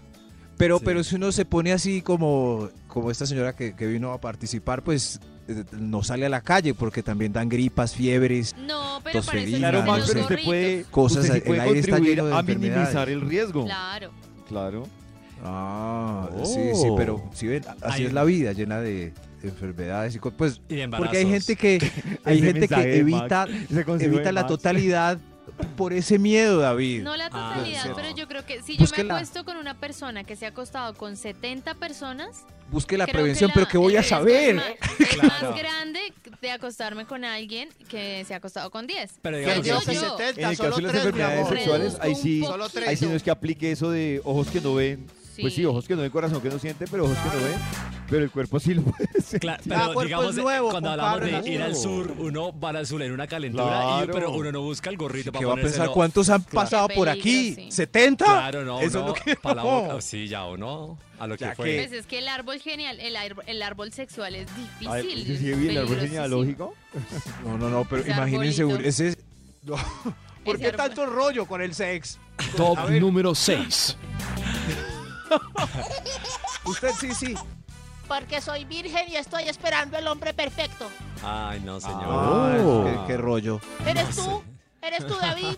S5: Pero,
S4: Sí.
S5: pero si uno se pone así como, como esta señora que, que vino a participar, pues eh, no sale a la calle porque también dan gripas, fiebres,
S3: No, pero para eso
S5: Tosferina,
S2: Claro,
S3: existen
S2: Max, pero
S3: los
S5: no sé.
S2: usted
S3: gorritos.
S2: puede,
S5: Cosas,
S2: usted sí
S5: el
S2: puede
S5: aire está
S2: contribuir
S5: lleno de
S2: a minimizar
S5: enfermedades.
S2: el riesgo.
S3: Claro.
S2: Claro.
S5: Ah,
S4: Oh.
S5: sí, sí, pero si ven, así
S4: Hay-
S5: es la vida, llena de enfermedades y co- pues
S4: Y de embarazos.
S5: porque hay gente que hay
S2: Ese
S5: gente
S2: mensaje
S5: que
S2: de
S5: evita
S2: Max, ese consejo de
S5: evita la
S2: Max.
S5: totalidad por ese miedo, David.
S3: No la
S4: Ah,
S3: totalidad,
S5: sí.
S3: pero yo creo que si yo
S5: Búsquela.
S3: me acuesto con una persona que se ha acostado con 70 personas,
S5: Busque la
S3: creo
S5: prevención,
S3: que
S5: pero
S3: la-
S5: ¿qué voy
S3: el
S5: a
S3: riesgo
S2: <laughs>
S3: Es,
S5: saber?
S3: más, es
S4: Claro.
S3: más grande de acostarme con alguien que se ha acostado con 10.
S4: Pero
S6: Que
S4: digamos,
S3: Yo,
S6: Dios se
S3: yo.
S6: setenta,
S2: En el caso
S6: solo
S2: de las
S6: tres, mi
S2: enfermedades
S6: amor.
S2: sexuales, ahí sí,
S3: Reduzco un
S6: Solo tres.
S2: ahí sí no es que aplique eso de ojos que no ven. Pues sí,
S3: Sí.
S2: ojos que no ven, corazón que no siente, pero ojos que no ven. Pero el cuerpo sí lo puede sentir.
S4: Cla-
S6: Cada
S4: pero
S6: cuerpo
S4: digamos,
S6: es nuevo,
S4: cuando hablamos
S6: compadre,
S4: de
S6: la
S4: ir al
S6: nuevo.
S4: sur, uno va al sur en una calentura, y,
S2: Claro.
S4: pero uno no busca el gorrito
S5: ¿Qué
S4: para
S5: va a
S4: ponérselo.
S5: pensar cuántos han pasado por
S3: peligro,
S5: aquí?
S3: sí.
S5: ¿70?
S4: Claro, no,
S5: Eso
S4: uno,
S5: es lo que
S4: pa' la
S5: no.
S4: boca- Oh, Sí, ya o no, a lo que
S2: Ya
S4: fue.
S3: Pues es que el árbol genial, el, ar- el árbol sexual es difícil.
S2: A ver, ¿usted
S3: es
S2: sigue bien el árbol
S3: peligrosísimo.
S2: genealógico?
S5: No, no, no, pero
S3: Ese
S5: imagínense
S3: arbolito.
S4: <laughs>
S5: ese es- no, ¿Por
S3: Ese
S5: qué
S3: árbol.
S5: tanto rollo con el sex?
S7: Top
S5: A ver.
S7: número 6.
S5: <laughs> Usted sí, sí.
S9: Porque soy virgen y estoy esperando el hombre perfecto.
S4: Ay, no, señor.
S5: Ay, qué, qué rollo.
S9: ¿Eres tú? ¿Eres tú, David?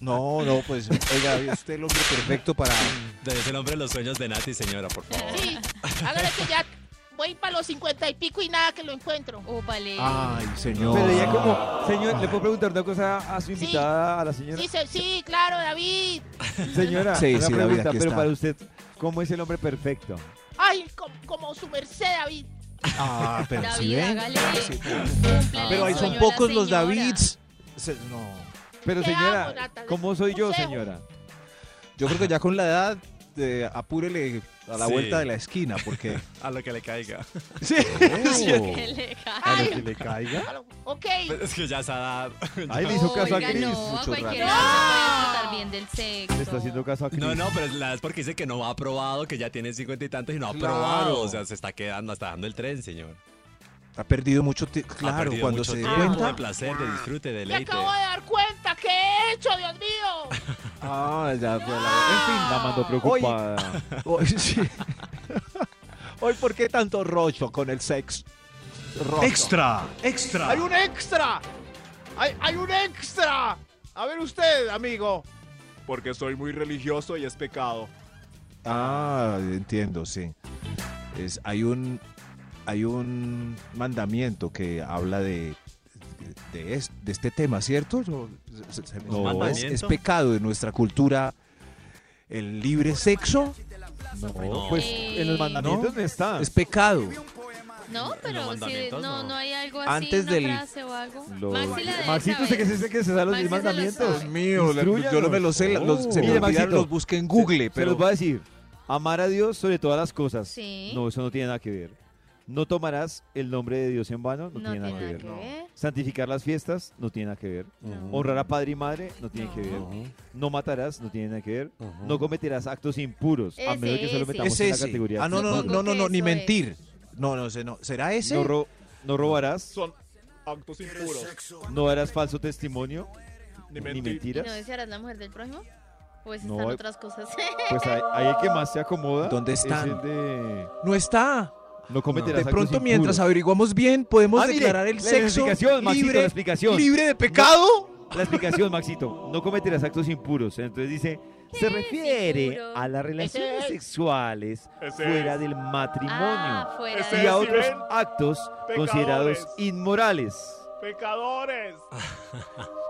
S5: No, no, pues, oiga, David, usted es el hombre perfecto para...
S4: Desde el hombre de los sueños de Nati, señora, por favor.
S9: Sí. Hágale que ya voy para los cincuenta y pico y nada que lo encuentro.
S3: Ópale.
S2: Ah,
S5: Ay, señor.
S2: Pero ella como, señor, ¿le puedo preguntar una cosa a su invitada, a la señora?
S9: Sí, se- sí, claro, David.
S2: Señora,
S5: Sí,
S2: una
S5: sí, David,
S2: pregunta,
S5: aquí
S2: pero
S5: está.
S2: para usted, ¿cómo es el hombre perfecto?
S9: Ay, como, como su merced, David.
S5: Ah, pero
S3: David,
S5: si ven.
S3: hágale.
S2: Ah,
S3: Cúmplele
S5: Pero ahí
S3: el
S5: son
S3: sueño a la
S5: pocos los
S3: señora.
S5: Davids. Se- No.
S2: Pero
S9: Te
S2: señora,
S9: amo, Natalia.
S2: ¿cómo soy yo,
S9: Consejo.
S2: señora?
S5: Yo creo que ya con la edad, eh, apúrele a la
S4: Sí.
S5: vuelta de la esquina,
S4: <laughs>
S5: porque... oh,
S4: A lo que le caiga.
S5: Sí.
S3: Qué legal.
S2: ¿A lo que le caiga?
S9: Aló, Ok.
S4: Pero <laughs> es que ya se ha
S5: <laughs>
S2: Ahí le hizo caso a
S3: Oiga,
S2: Cris.
S3: No, a
S5: mucho
S3: cualquiera
S9: rato.
S3: se puede tratar bien del sexo.
S2: Le está haciendo caso a Cris.
S4: <laughs> No, no, pero la verdad es porque dice que no ha probado, que ya tiene cincuenta y tantos y no ha
S5: Claro.
S4: probado. O sea, se está quedando, está dando el tren, señor.
S5: Ha perdido mucho tiempo.
S4: Ha
S5: Claro,
S4: perdido
S5: cuando
S4: mucho
S5: se dé
S4: tiempo De
S5: cuenta.
S4: placer, de disfrute, de
S9: Me
S4: deleite.
S9: acabo de dar cuenta. ¿Qué he hecho, Dios mío?
S5: Ah, ya fue
S2: La mandó preocupada.
S5: Hoy, Oh, <laughs> sí. Hoy, ¿por qué tanto rollo con el sex? Rollo.
S7: Extra, extra.
S6: ¡Hay un extra! ¡Hay, hay un extra! A ver usted, amigo. Porque soy muy religioso y es pecado.
S5: Ah, entiendo, sí. Es, hay un hay un mandamiento que habla de de, es- de este tema, ¿cierto? Yo- se- se me
S2: No.
S5: escapa. Es, es
S4: ¿Mandamiento?
S5: pecado en nuestra cultura el libre sexo.
S4: No.
S2: Pues en los mandamientos no, está.
S5: Es pecado.
S3: No, pero si
S4: mandamientos,
S3: no,
S4: no.
S3: no hay algo así,
S5: Antes
S3: una
S5: del-
S3: frase o algo.
S2: Lo-
S3: Maxi la debe
S2: Maxito, ¿usted
S3: saber.
S2: que se, que se sabe los
S3: Maxi
S2: diez
S3: se lo
S2: mandamientos?
S3: sabe.
S5: mío, la- yo no me lo sé, la- los, se me
S2: Mire,
S5: olvidaron,
S2: Maxito,
S5: los busqué en Google,
S2: Se
S5: pero
S2: los voy a decir. Amar a Dios sobre todas las cosas.
S3: Sí.
S2: No, eso no tiene nada que ver. No tomarás el nombre de Dios en vano, no,
S3: No
S2: tiene nada que
S3: tiene
S2: ver.
S3: nada que ver.
S2: Santificar las fiestas, no tiene nada que ver. Honrar a padre y madre, no tiene
S3: No.
S2: que ver. No matarás, no tiene nada que ver.
S4: Ujú.
S2: No cometerás actos impuros, a
S3: Ese,
S2: menos que solo
S3: ese.
S2: metamos
S5: es
S2: en la
S5: ese.
S2: categoría.
S5: Ah, no, no,
S3: Supongo
S5: no, no,
S3: que
S5: no, ni
S3: eso es.
S5: mentir. No, no sé, no. ¿Será ese?
S2: No, ro- no robarás,
S6: Son actos impuros.
S2: no harás falso testimonio, ni,
S3: ¿Y
S2: mentiras.
S3: no desearás la mujer del prójimo? Pues
S2: No,
S3: están
S2: hay-
S3: otras cosas. <laughs>
S2: Pues ahí, ahí el que más se acomoda.
S5: ¿Dónde
S2: es
S5: están?
S2: el de
S5: No está.
S2: no cometerás
S5: De
S2: actos
S5: pronto,
S2: impuros.
S5: mientras averiguamos bien, podemos
S2: Ah, mire,
S5: declarar el
S2: la
S5: sexo
S2: explicación, Maxito,
S5: libre,
S2: la explicación.
S5: libre de pecado.
S2: La explicación, Maxito. No cometerás actos impuros. Entonces dice, se refiere
S3: impuro?
S2: a las relaciones
S9: es.
S2: sexuales
S6: Ese
S2: fuera del matrimonio
S3: ah, fuera
S2: y
S3: de
S2: a
S6: es,
S2: otros
S6: Iván.
S2: actos considerados
S6: Pecadores.
S2: inmorales.
S6: ¡Pecadores!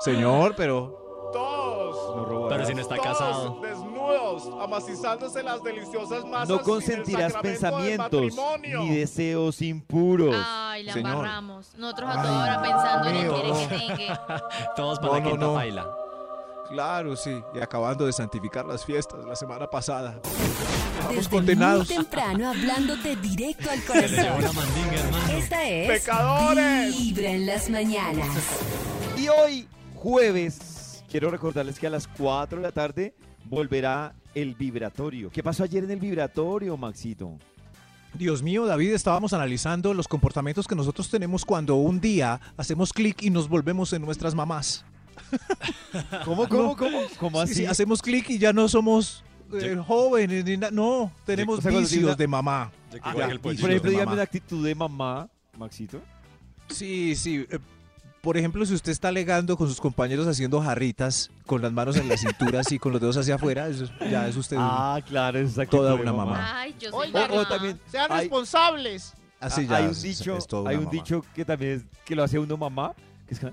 S5: Señor, pero
S6: ¡Todos! desnudos.
S2: No robarás.
S4: Pero si no está
S6: Todos
S4: casado.
S6: desnudos, amacizándose las deliciosas masas.
S2: No
S6: en el
S2: consentirás
S6: sacramento del
S2: pensamientos
S6: matrimonio.
S2: ni deseos impuros.
S3: Ay, la
S2: Señor.
S3: embarramos. Nosotros a toda hora pensando en el quiere que tenga.
S4: Todos para la
S5: No, no,
S4: quinta
S5: no.
S4: baila.
S5: Claro, sí. Y acabando de santificar las fiestas la semana pasada. Estamos
S1: Desde muy
S5: condenados.
S1: temprano hablándote directo al corazón. Esta es
S6: Pecadores.
S1: Vibra en las mañanas.
S2: Y hoy, jueves, quiero recordarles que a las 4 de la tarde volverá el vibratorio. ¿Qué pasó ayer en el vibratorio, Maxito?
S5: Dios mío, David, estábamos analizando los comportamientos que nosotros tenemos cuando un día hacemos clic y nos volvemos en nuestras <laughs> mamás.
S2: ¿Cómo, cómo, cómo? ¿Cómo
S5: Ah, Sí, sí,
S2: así?
S5: hacemos clic y ya no somos eh, jóvenes ni nada. No, tenemos
S2: O sea, cuando
S5: vicios
S2: diga-
S5: de mamá.
S4: Yo que
S2: Ah,
S4: igual que el
S2: por
S4: pollito.
S2: ejemplo,
S5: de
S2: dígame
S5: mamá.
S2: la actitud de mamá, Maxito.
S5: Sí, sí. eh, Por ejemplo, si usted está legando con sus compañeros haciendo jarritas, con las manos en la cintura así, con los dedos hacia afuera, eso es- ya es usted.
S2: Ah, claro, es actitud
S5: Toda
S2: de
S5: una mamá.
S3: Ay, yo soy
S9: Oiga,
S2: O, o
S3: mamá.
S2: también
S9: Sean
S2: hay,
S9: responsables.
S5: Así
S2: a-
S5: ya
S2: Ah, hay un
S5: es-
S2: dicho,
S5: es toda
S2: hay un
S5: una mamá.
S2: dicho que también es, que lo hace uno mamá, que es que,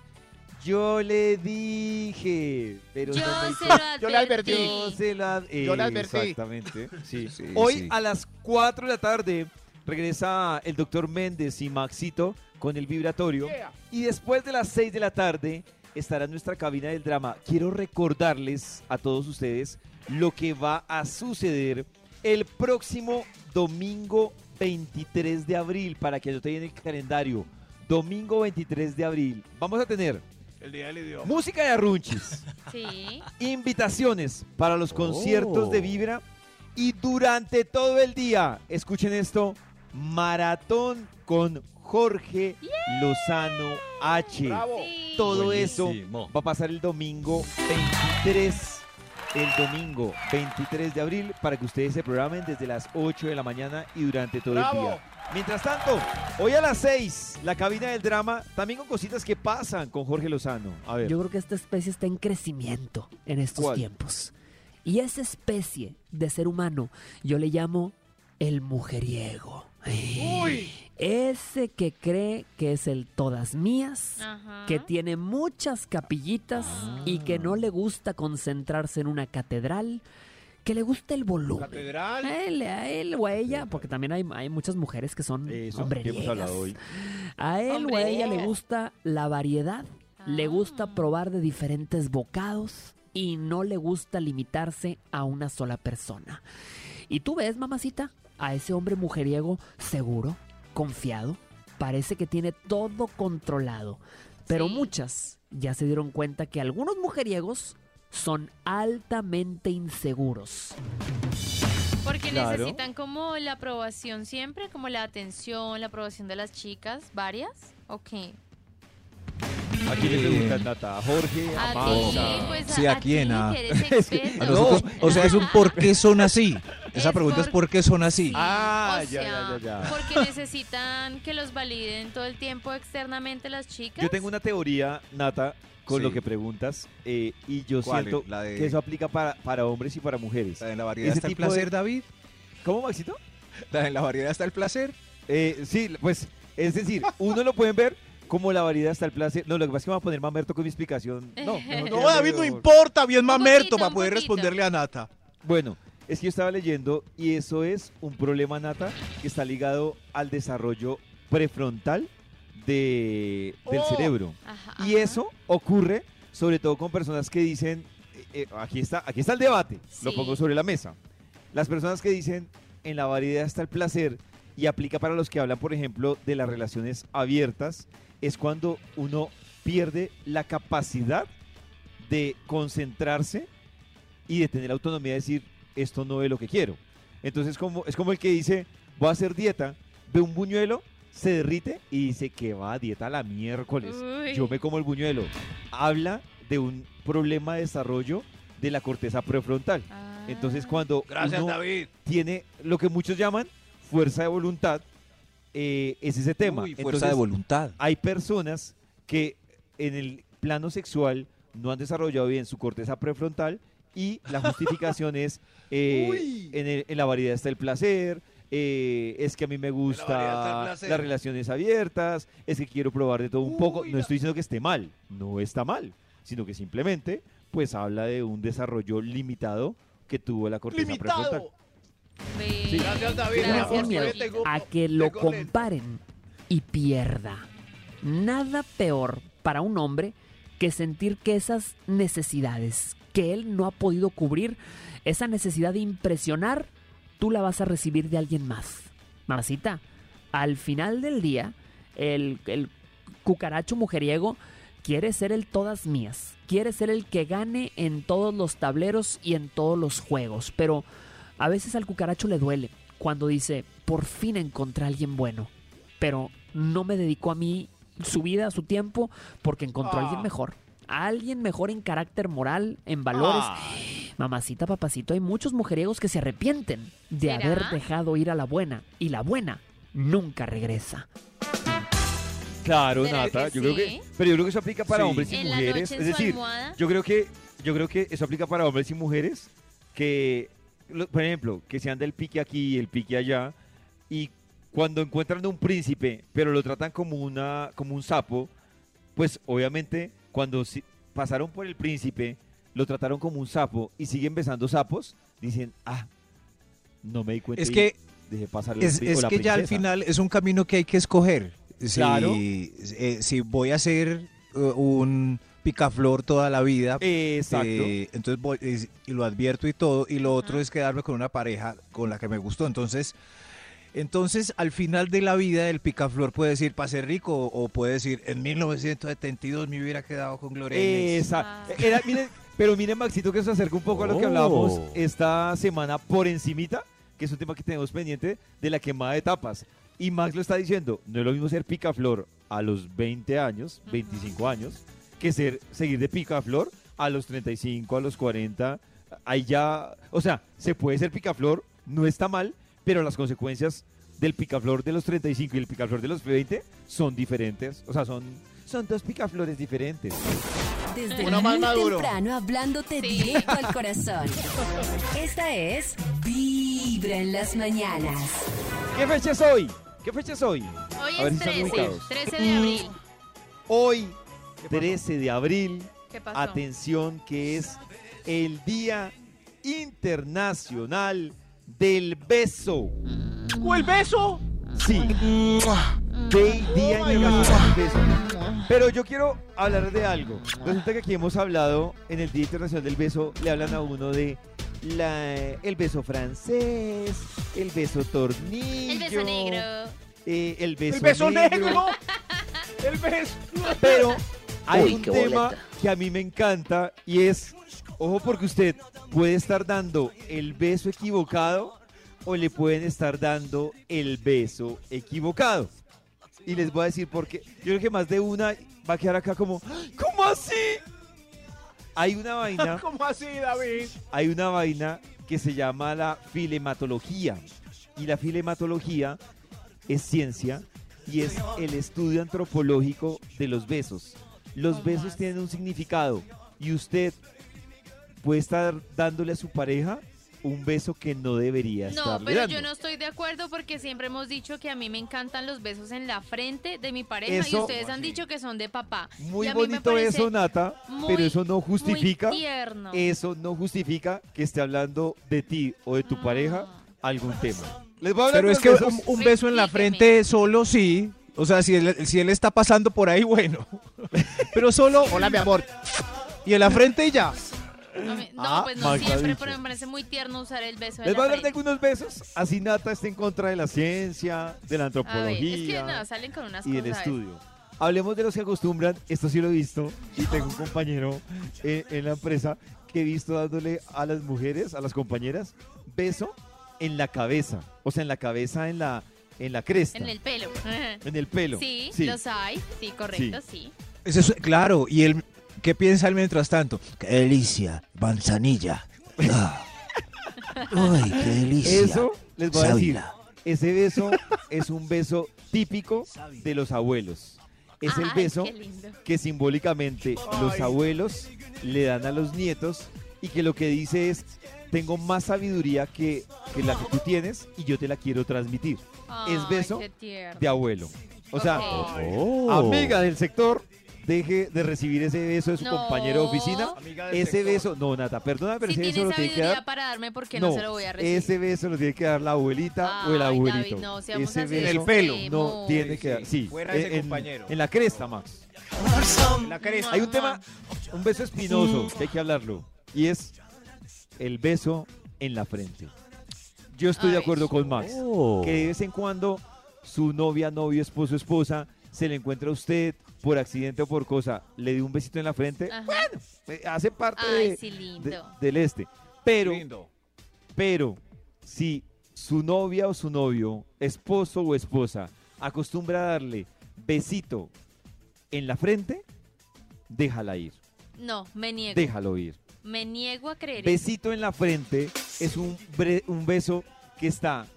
S2: yo le dije, pero
S3: Yo
S2: no me
S3: se
S2: hizo
S3: lo
S9: Yo le advertí.
S2: Yo
S3: advertí.
S2: se la,
S9: Yo la advertí.
S2: Exactamente. Sí.
S5: Sí,
S2: Hoy
S5: sí.
S2: a las 4 de la tarde regresa el doctor Méndez y Maxito con el vibratorio.
S6: Yeah.
S2: Y después de las 6 de la tarde estará nuestra cabina del drama. Quiero recordarles a todos ustedes lo que va a suceder el próximo domingo 23 de abril para que lo tengan en el calendario. Domingo 23 de abril vamos a tener
S6: El día del idioma.
S2: música de arrunchis
S3: Sí.
S2: invitaciones para los conciertos de Vibra y durante todo el día, escuchen esto, maratón con Jorge Lozano H.
S6: Bravo.
S3: Sí.
S2: Todo
S4: Buenísimo.
S2: eso va a pasar el domingo 23. El domingo 23 de abril para que ustedes se programen desde las 8 de la mañana y durante todo el
S6: Bravo.
S2: día. Mientras tanto, hoy a las 6, la cabina del drama, también con cositas que pasan con Jorge Lozano. A ver.
S12: Yo creo que esta especie está en crecimiento en estos
S2: ¿Cuál?
S12: tiempos. Y esa especie de ser humano yo le llamo el mujeriego.
S6: Uy.
S12: Ese que cree que es el todas mías,
S3: Ajá.
S12: que tiene muchas capillitas y que no le gusta concentrarse en una catedral, que le gusta el volumen.
S6: Catedral.
S12: A él, a él o a ella, porque también hay, hay muchas mujeres que son
S2: Eso, que hemos
S12: hombreriegas.
S2: hablado hoy.
S12: A él o a ella le
S3: Hombreriegas.
S12: gusta la variedad, le
S3: eh. Ah.
S12: gusta probar de diferentes bocados y no le gusta limitarse a una sola persona. Y tú ves, mamacita, a ese hombre mujeriego seguro, confiado, parece que tiene todo controlado, pero
S3: Sí.
S12: muchas ya se dieron cuenta que algunos mujeriegos son altamente inseguros.
S3: Porque
S2: Claro.
S3: necesitan como la aprobación siempre, como la atención, la aprobación de las chicas, varias. Ok.
S2: Aquí le preguntan Nata, a Jorge, a
S3: A ti,
S2: Mauro.
S3: pues
S5: Sí,
S3: a,
S5: ¿a quién,
S3: ti,
S5: ah?
S3: que eres experto.
S5: A nosotros- O sea, es un
S3: <laughs>
S5: por qué son <laughs> así. Esa
S3: Es
S5: pregunta es
S3: por-
S5: por qué son así.
S2: Ah,
S3: o
S2: ya,
S3: sea,
S2: ya, ya, ya.
S3: Porque necesitan que los validen todo el tiempo externamente las chicas.
S2: Yo tengo una teoría, Nata, con
S5: Sí.
S2: lo que preguntas, eh, y yo
S5: ¿Cuál?
S2: siento
S5: La de-
S2: que eso aplica para, para hombres y para mujeres.
S5: ¿En la variedad
S2: Ese
S5: está el
S2: tipo de-
S5: placer, David?
S2: ¿Cómo, Maxito?
S5: ¿En la variedad está el placer?
S2: Eh, sí, pues, es decir, uno lo pueden ver como la variedad hasta el placer. No, lo que pasa es que me voy a poner mamerto con mi explicación. No, mejor
S5: No,
S2: ya
S5: David, no
S2: mejor.
S5: importa, bien
S3: poquito,
S5: mamerto para
S3: un
S5: poder
S3: poquito.
S5: responderle a Nata.
S2: Bueno, es que yo estaba leyendo y eso es un problema, Nata, que está ligado al desarrollo prefrontal de, del
S6: Oh.
S2: cerebro.
S3: Ajá,
S2: Y
S3: ajá.
S2: eso ocurre sobre todo con personas que dicen, eh, eh, aquí, está, aquí está el debate, lo
S3: Sí.
S2: pongo sobre la mesa. Las personas que dicen, en la variedad está el placer, y aplica para los que hablan, por ejemplo, de las relaciones abiertas, es cuando uno pierde la capacidad de concentrarse y de tener autonomía de decir, esto no es lo que quiero. Entonces como, es como el que dice, voy a hacer dieta, ve un buñuelo, se derrite y dice que va a dieta la miércoles.
S3: Uy.
S2: Yo me como el buñuelo. Habla de un problema de desarrollo de la corteza prefrontal.
S3: Ah.
S2: Entonces cuando
S6: Gracias,
S2: uno
S6: David.
S2: tiene lo que muchos llaman fuerza de voluntad, eh, es ese tema.
S5: Uy, fuerza
S2: Entonces,
S5: de voluntad.
S2: hay personas que en el plano sexual no han desarrollado bien su corteza prefrontal y
S6: <laughs>
S2: la justificación es eh,
S6: Uy.
S2: en, el- en la variedad está el placer, eh, es que a mí me
S6: variedad está el
S2: gusta
S6: placer.
S2: las relaciones abiertas, es que quiero probar de todo un poco.
S6: Uy,
S2: No
S6: la-
S2: estoy diciendo que esté mal, no está mal, sino que simplemente pues habla de un desarrollo limitado que tuvo la corteza
S6: ¡Limitado!
S2: prefrontal.
S6: Sí. Gracias, David.
S12: Gracias,
S6: Por
S12: mi
S6: favor,
S12: amor.
S6: tengo-
S12: a que lo comparen y pierda. Nada peor para un hombre que sentir que esas necesidades que él no ha podido cubrir, esa necesidad de impresionar, tú la vas a recibir de alguien más. Mamacita, al final del día, el, el cucaracho mujeriego quiere ser el todas mías, quiere ser el que gane en todos los tableros y en todos los juegos, pero a veces al cucaracho le duele cuando dice, por fin encontré a alguien bueno, pero no me dedicó a mí su vida, su tiempo, porque encontró a alguien
S14: Ah.
S12: mejor. A alguien mejor en carácter moral, en valores. Mamacita, papacito, hay muchos mujeriegos que se arrepienten de
S3: ¿Será?
S12: haber dejado ir a la buena. Y la buena nunca regresa.
S2: Claro,
S12: ¿Será
S2: Nata,
S12: que
S2: yo creo
S12: sí?
S2: que, pero yo creo que eso aplica para
S12: Sí.
S2: hombres y
S12: En la
S2: mujeres,
S12: noche en
S2: es
S12: su
S2: decir,
S12: almohada.
S2: yo creo que yo creo que eso aplica para hombres y mujeres que lo- por ejemplo, que se anda el pique aquí y el pique allá y cuando encuentran un príncipe, pero lo tratan como una como un sapo, pues obviamente cuando si- pasaron por el príncipe, lo trataron como un sapo y siguen besando sapos, dicen, "Ah, no me di cuenta."
S5: Es
S2: y
S5: que-
S2: dejé pasar al
S5: Es,
S2: pri- o
S5: es
S2: la
S5: que ya al
S2: princesa".
S5: final es un camino que hay que escoger. Si,
S2: Claro.
S5: eh, si voy a ser eh, un picaflor toda la vida,
S2: Exacto.
S5: eh, entonces voy- es- y lo advierto y todo, y lo otro es quedarme con una pareja con la que me gustó. Entonces, entonces al final de la vida el picaflor puede decir, pase rico, o puede decir, en 1972 me hubiera quedado con Gloria. Inés".
S2: Esa. Era- miren, pero miren, Maxito, que eso acerca un poco a lo que
S5: Oh.
S2: hablábamos esta semana por encimita, que es un tema que tenemos pendiente de la quemada de etapas. Y Max lo está diciendo, no es lo mismo ser picaflor a los 20 años, 25 años, que ser seguir de picaflor a los 35, a los 40. Ahí ya, o sea, se puede ser picaflor, no está mal, pero las consecuencias del picaflor de los 35 y el picaflor de los 20 son diferentes, o sea, son son dos picaflores diferentes.
S1: Desde
S2: Uno más
S1: muy
S2: maduro.
S1: temprano hablándote directo al corazón. Esta es Vibra en las mañanas.
S2: ¿Qué fecha es hoy? ¿Qué fecha es hoy?
S3: Hoy
S2: A ver
S3: es
S2: si están
S3: 13,
S2: ubicados.
S3: 13 de abril.
S2: Mm, Hoy, 13 de abril,
S3: ¿Qué pasó?
S2: atención que es el Día Internacional del Beso.
S6: ¿O el beso? Oh
S2: Sí. Day- Día Internacional del Beso. Pero yo quiero hablar de algo. Resulta que aquí hemos hablado en el Día Internacional del Beso, le hablan a uno de la- el beso francés, el beso tornillo.
S6: El beso negro.
S2: eh, el beso,
S6: ¡El beso negro!
S2: negro.
S6: ¡El beso!
S2: Pero hay
S6: Uy,
S2: un
S6: qué
S2: tema
S6: boleta.
S2: que a mí me encanta y es, ojo porque usted puede estar dando el beso equivocado o le pueden estar dando el beso equivocado. Y les voy a decir porque yo creo que más de una va a quedar acá como, "¡Ah! ¿cómo así? Hay una vaina,
S6: ¿Cómo así, David?
S2: hay una vaina que se llama la filematología. Y la filematología es ciencia y es el estudio antropológico de los besos. Los besos tienen un significado y usted puede estar dándole a su pareja un beso que no debería
S3: No,
S2: estarle
S3: pero
S2: dando.
S3: yo no estoy de acuerdo porque siempre hemos dicho que a mí me encantan los besos en la frente de mi pareja y
S2: Eso-
S3: ustedes han dicho que son de papá.
S2: Muy
S3: Y a mí me
S2: bonito
S3: parece
S2: eso, Nata,
S3: muy-
S2: pero eso no justifica.
S3: muy tierno.
S2: Eso no justifica que esté hablando de ti o de tu pareja algún tema. Les voy a hablar
S5: Pero
S2: de
S5: es
S2: los
S5: que
S2: besos.
S5: un, un beso en la frente solo sí. O sea, si él, si él está pasando por
S2: <laughs>
S5: ahí, bueno. Pero solo, hola mi amor. Y en la frente y ya.
S3: A mí- No,
S2: Ah,
S3: pues no
S2: Magda
S3: siempre,
S2: dice.
S3: pero me parece muy tierno usar el beso en
S2: Les
S3: la
S2: voy a hablar de
S3: frente.
S2: algunos besos. Así Nata está en contra de la ciencia, de la
S3: A ver, es que
S2: antropología
S3: no, salen con unas
S2: y del
S3: cosas.
S2: estudio. Hablemos de los que acostumbran, esto sí lo he visto, y tengo un compañero eh, en la empresa que he visto dándole a las mujeres, a las compañeras, beso en la cabeza, o sea, en la cabeza, en la, en la cresta,
S3: En el pelo.
S2: en <laughs> el pelo.
S3: Sí,
S2: Sí.
S3: los hay. Sí, correcto, sí.
S5: Ese es- claro, y él, ¿qué piensa él mientras tanto? ¡Qué delicia! Manzanilla. Ah. ¡Ay, qué delicia!
S2: Eso les voy a decir.
S5: Sábila.
S2: Ese beso es un beso típico de los abuelos. Es el
S3: Ay,
S2: beso
S3: qué lindo.
S2: que simbólicamente los
S3: Ay.
S2: abuelos le dan a los nietos y que lo que dice es, tengo más sabiduría que, que la que tú tienes y yo te la quiero transmitir.
S3: Ay,
S2: es beso
S3: qué tierno.
S2: de abuelo. O sea,
S3: Ok.
S2: amiga del sector, deje de recibir ese beso de su
S3: No.
S2: compañero de oficina.
S3: Amiga del
S2: Ese
S3: sector.
S2: beso, no, Nata, perdóname, pero
S3: Si
S2: ese beso
S3: tiene
S2: lo tiene que
S3: sabiduría
S2: dar.
S3: para darme, ¿por qué no, se lo voy a recibir?
S2: Ese beso lo tiene que dar la abuelita o
S3: Ay,
S2: el
S3: David,
S2: abuelito.
S3: no seamos
S2: ese
S3: así,
S2: beso
S3: El pelo. extremos.
S2: No tiene que dar. Sí,
S5: Fuera ese
S2: en- en-
S5: compañero.
S2: En la cresta, Max.
S5: La cresta.
S2: Hay un tema, un beso espinoso que hay que hablarlo. Y es el beso en la frente. Yo estoy de acuerdo con Max.
S4: Oh.
S2: Que de vez en cuando su novia, novio, esposo, esposa se le encuentra a usted por accidente o por cosa. Le dio un besito en la frente.
S3: Ajá.
S2: eh, Hace parte
S3: Ay,
S2: de-
S3: sí, lindo.
S2: de- del este. Pero, pero si su novia o su novio, esposo o esposa, acostumbra a darle besito en la frente, déjala ir.
S3: No, me niego.
S2: Déjalo ir.
S3: Me niego a creer. eso.
S2: Besito en la frente es un, bre- un beso que está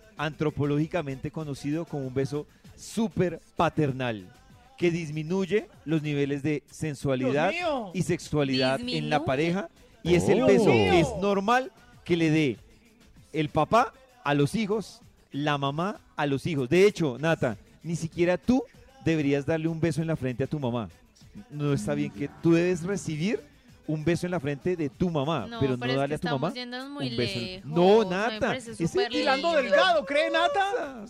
S2: antropológicamente conocido como un beso super paternal, que disminuye los niveles de sensualidad
S6: ¡Dios mío!
S2: y sexualidad en la
S6: Disminuye.
S2: pareja y es el
S6: ¡Dios
S2: beso
S6: mío!
S2: que es normal que le dé el papá a los hijos, la mamá a los hijos. De hecho, Nata, ni siquiera tú deberías darle un beso en la frente a tu mamá. No está bien que tú debes recibir un beso en la frente de tu mamá,
S3: No,
S2: pero no
S3: pero es que
S2: darle a tu
S3: estamos
S2: mamá
S3: yéndonos muy
S2: un beso en-
S3: lejos.
S2: No,
S3: Me
S2: Nata.
S3: parece
S2: ese-
S3: súper
S6: Hilando
S3: lindo.
S6: delgado, ¿cree, Nata?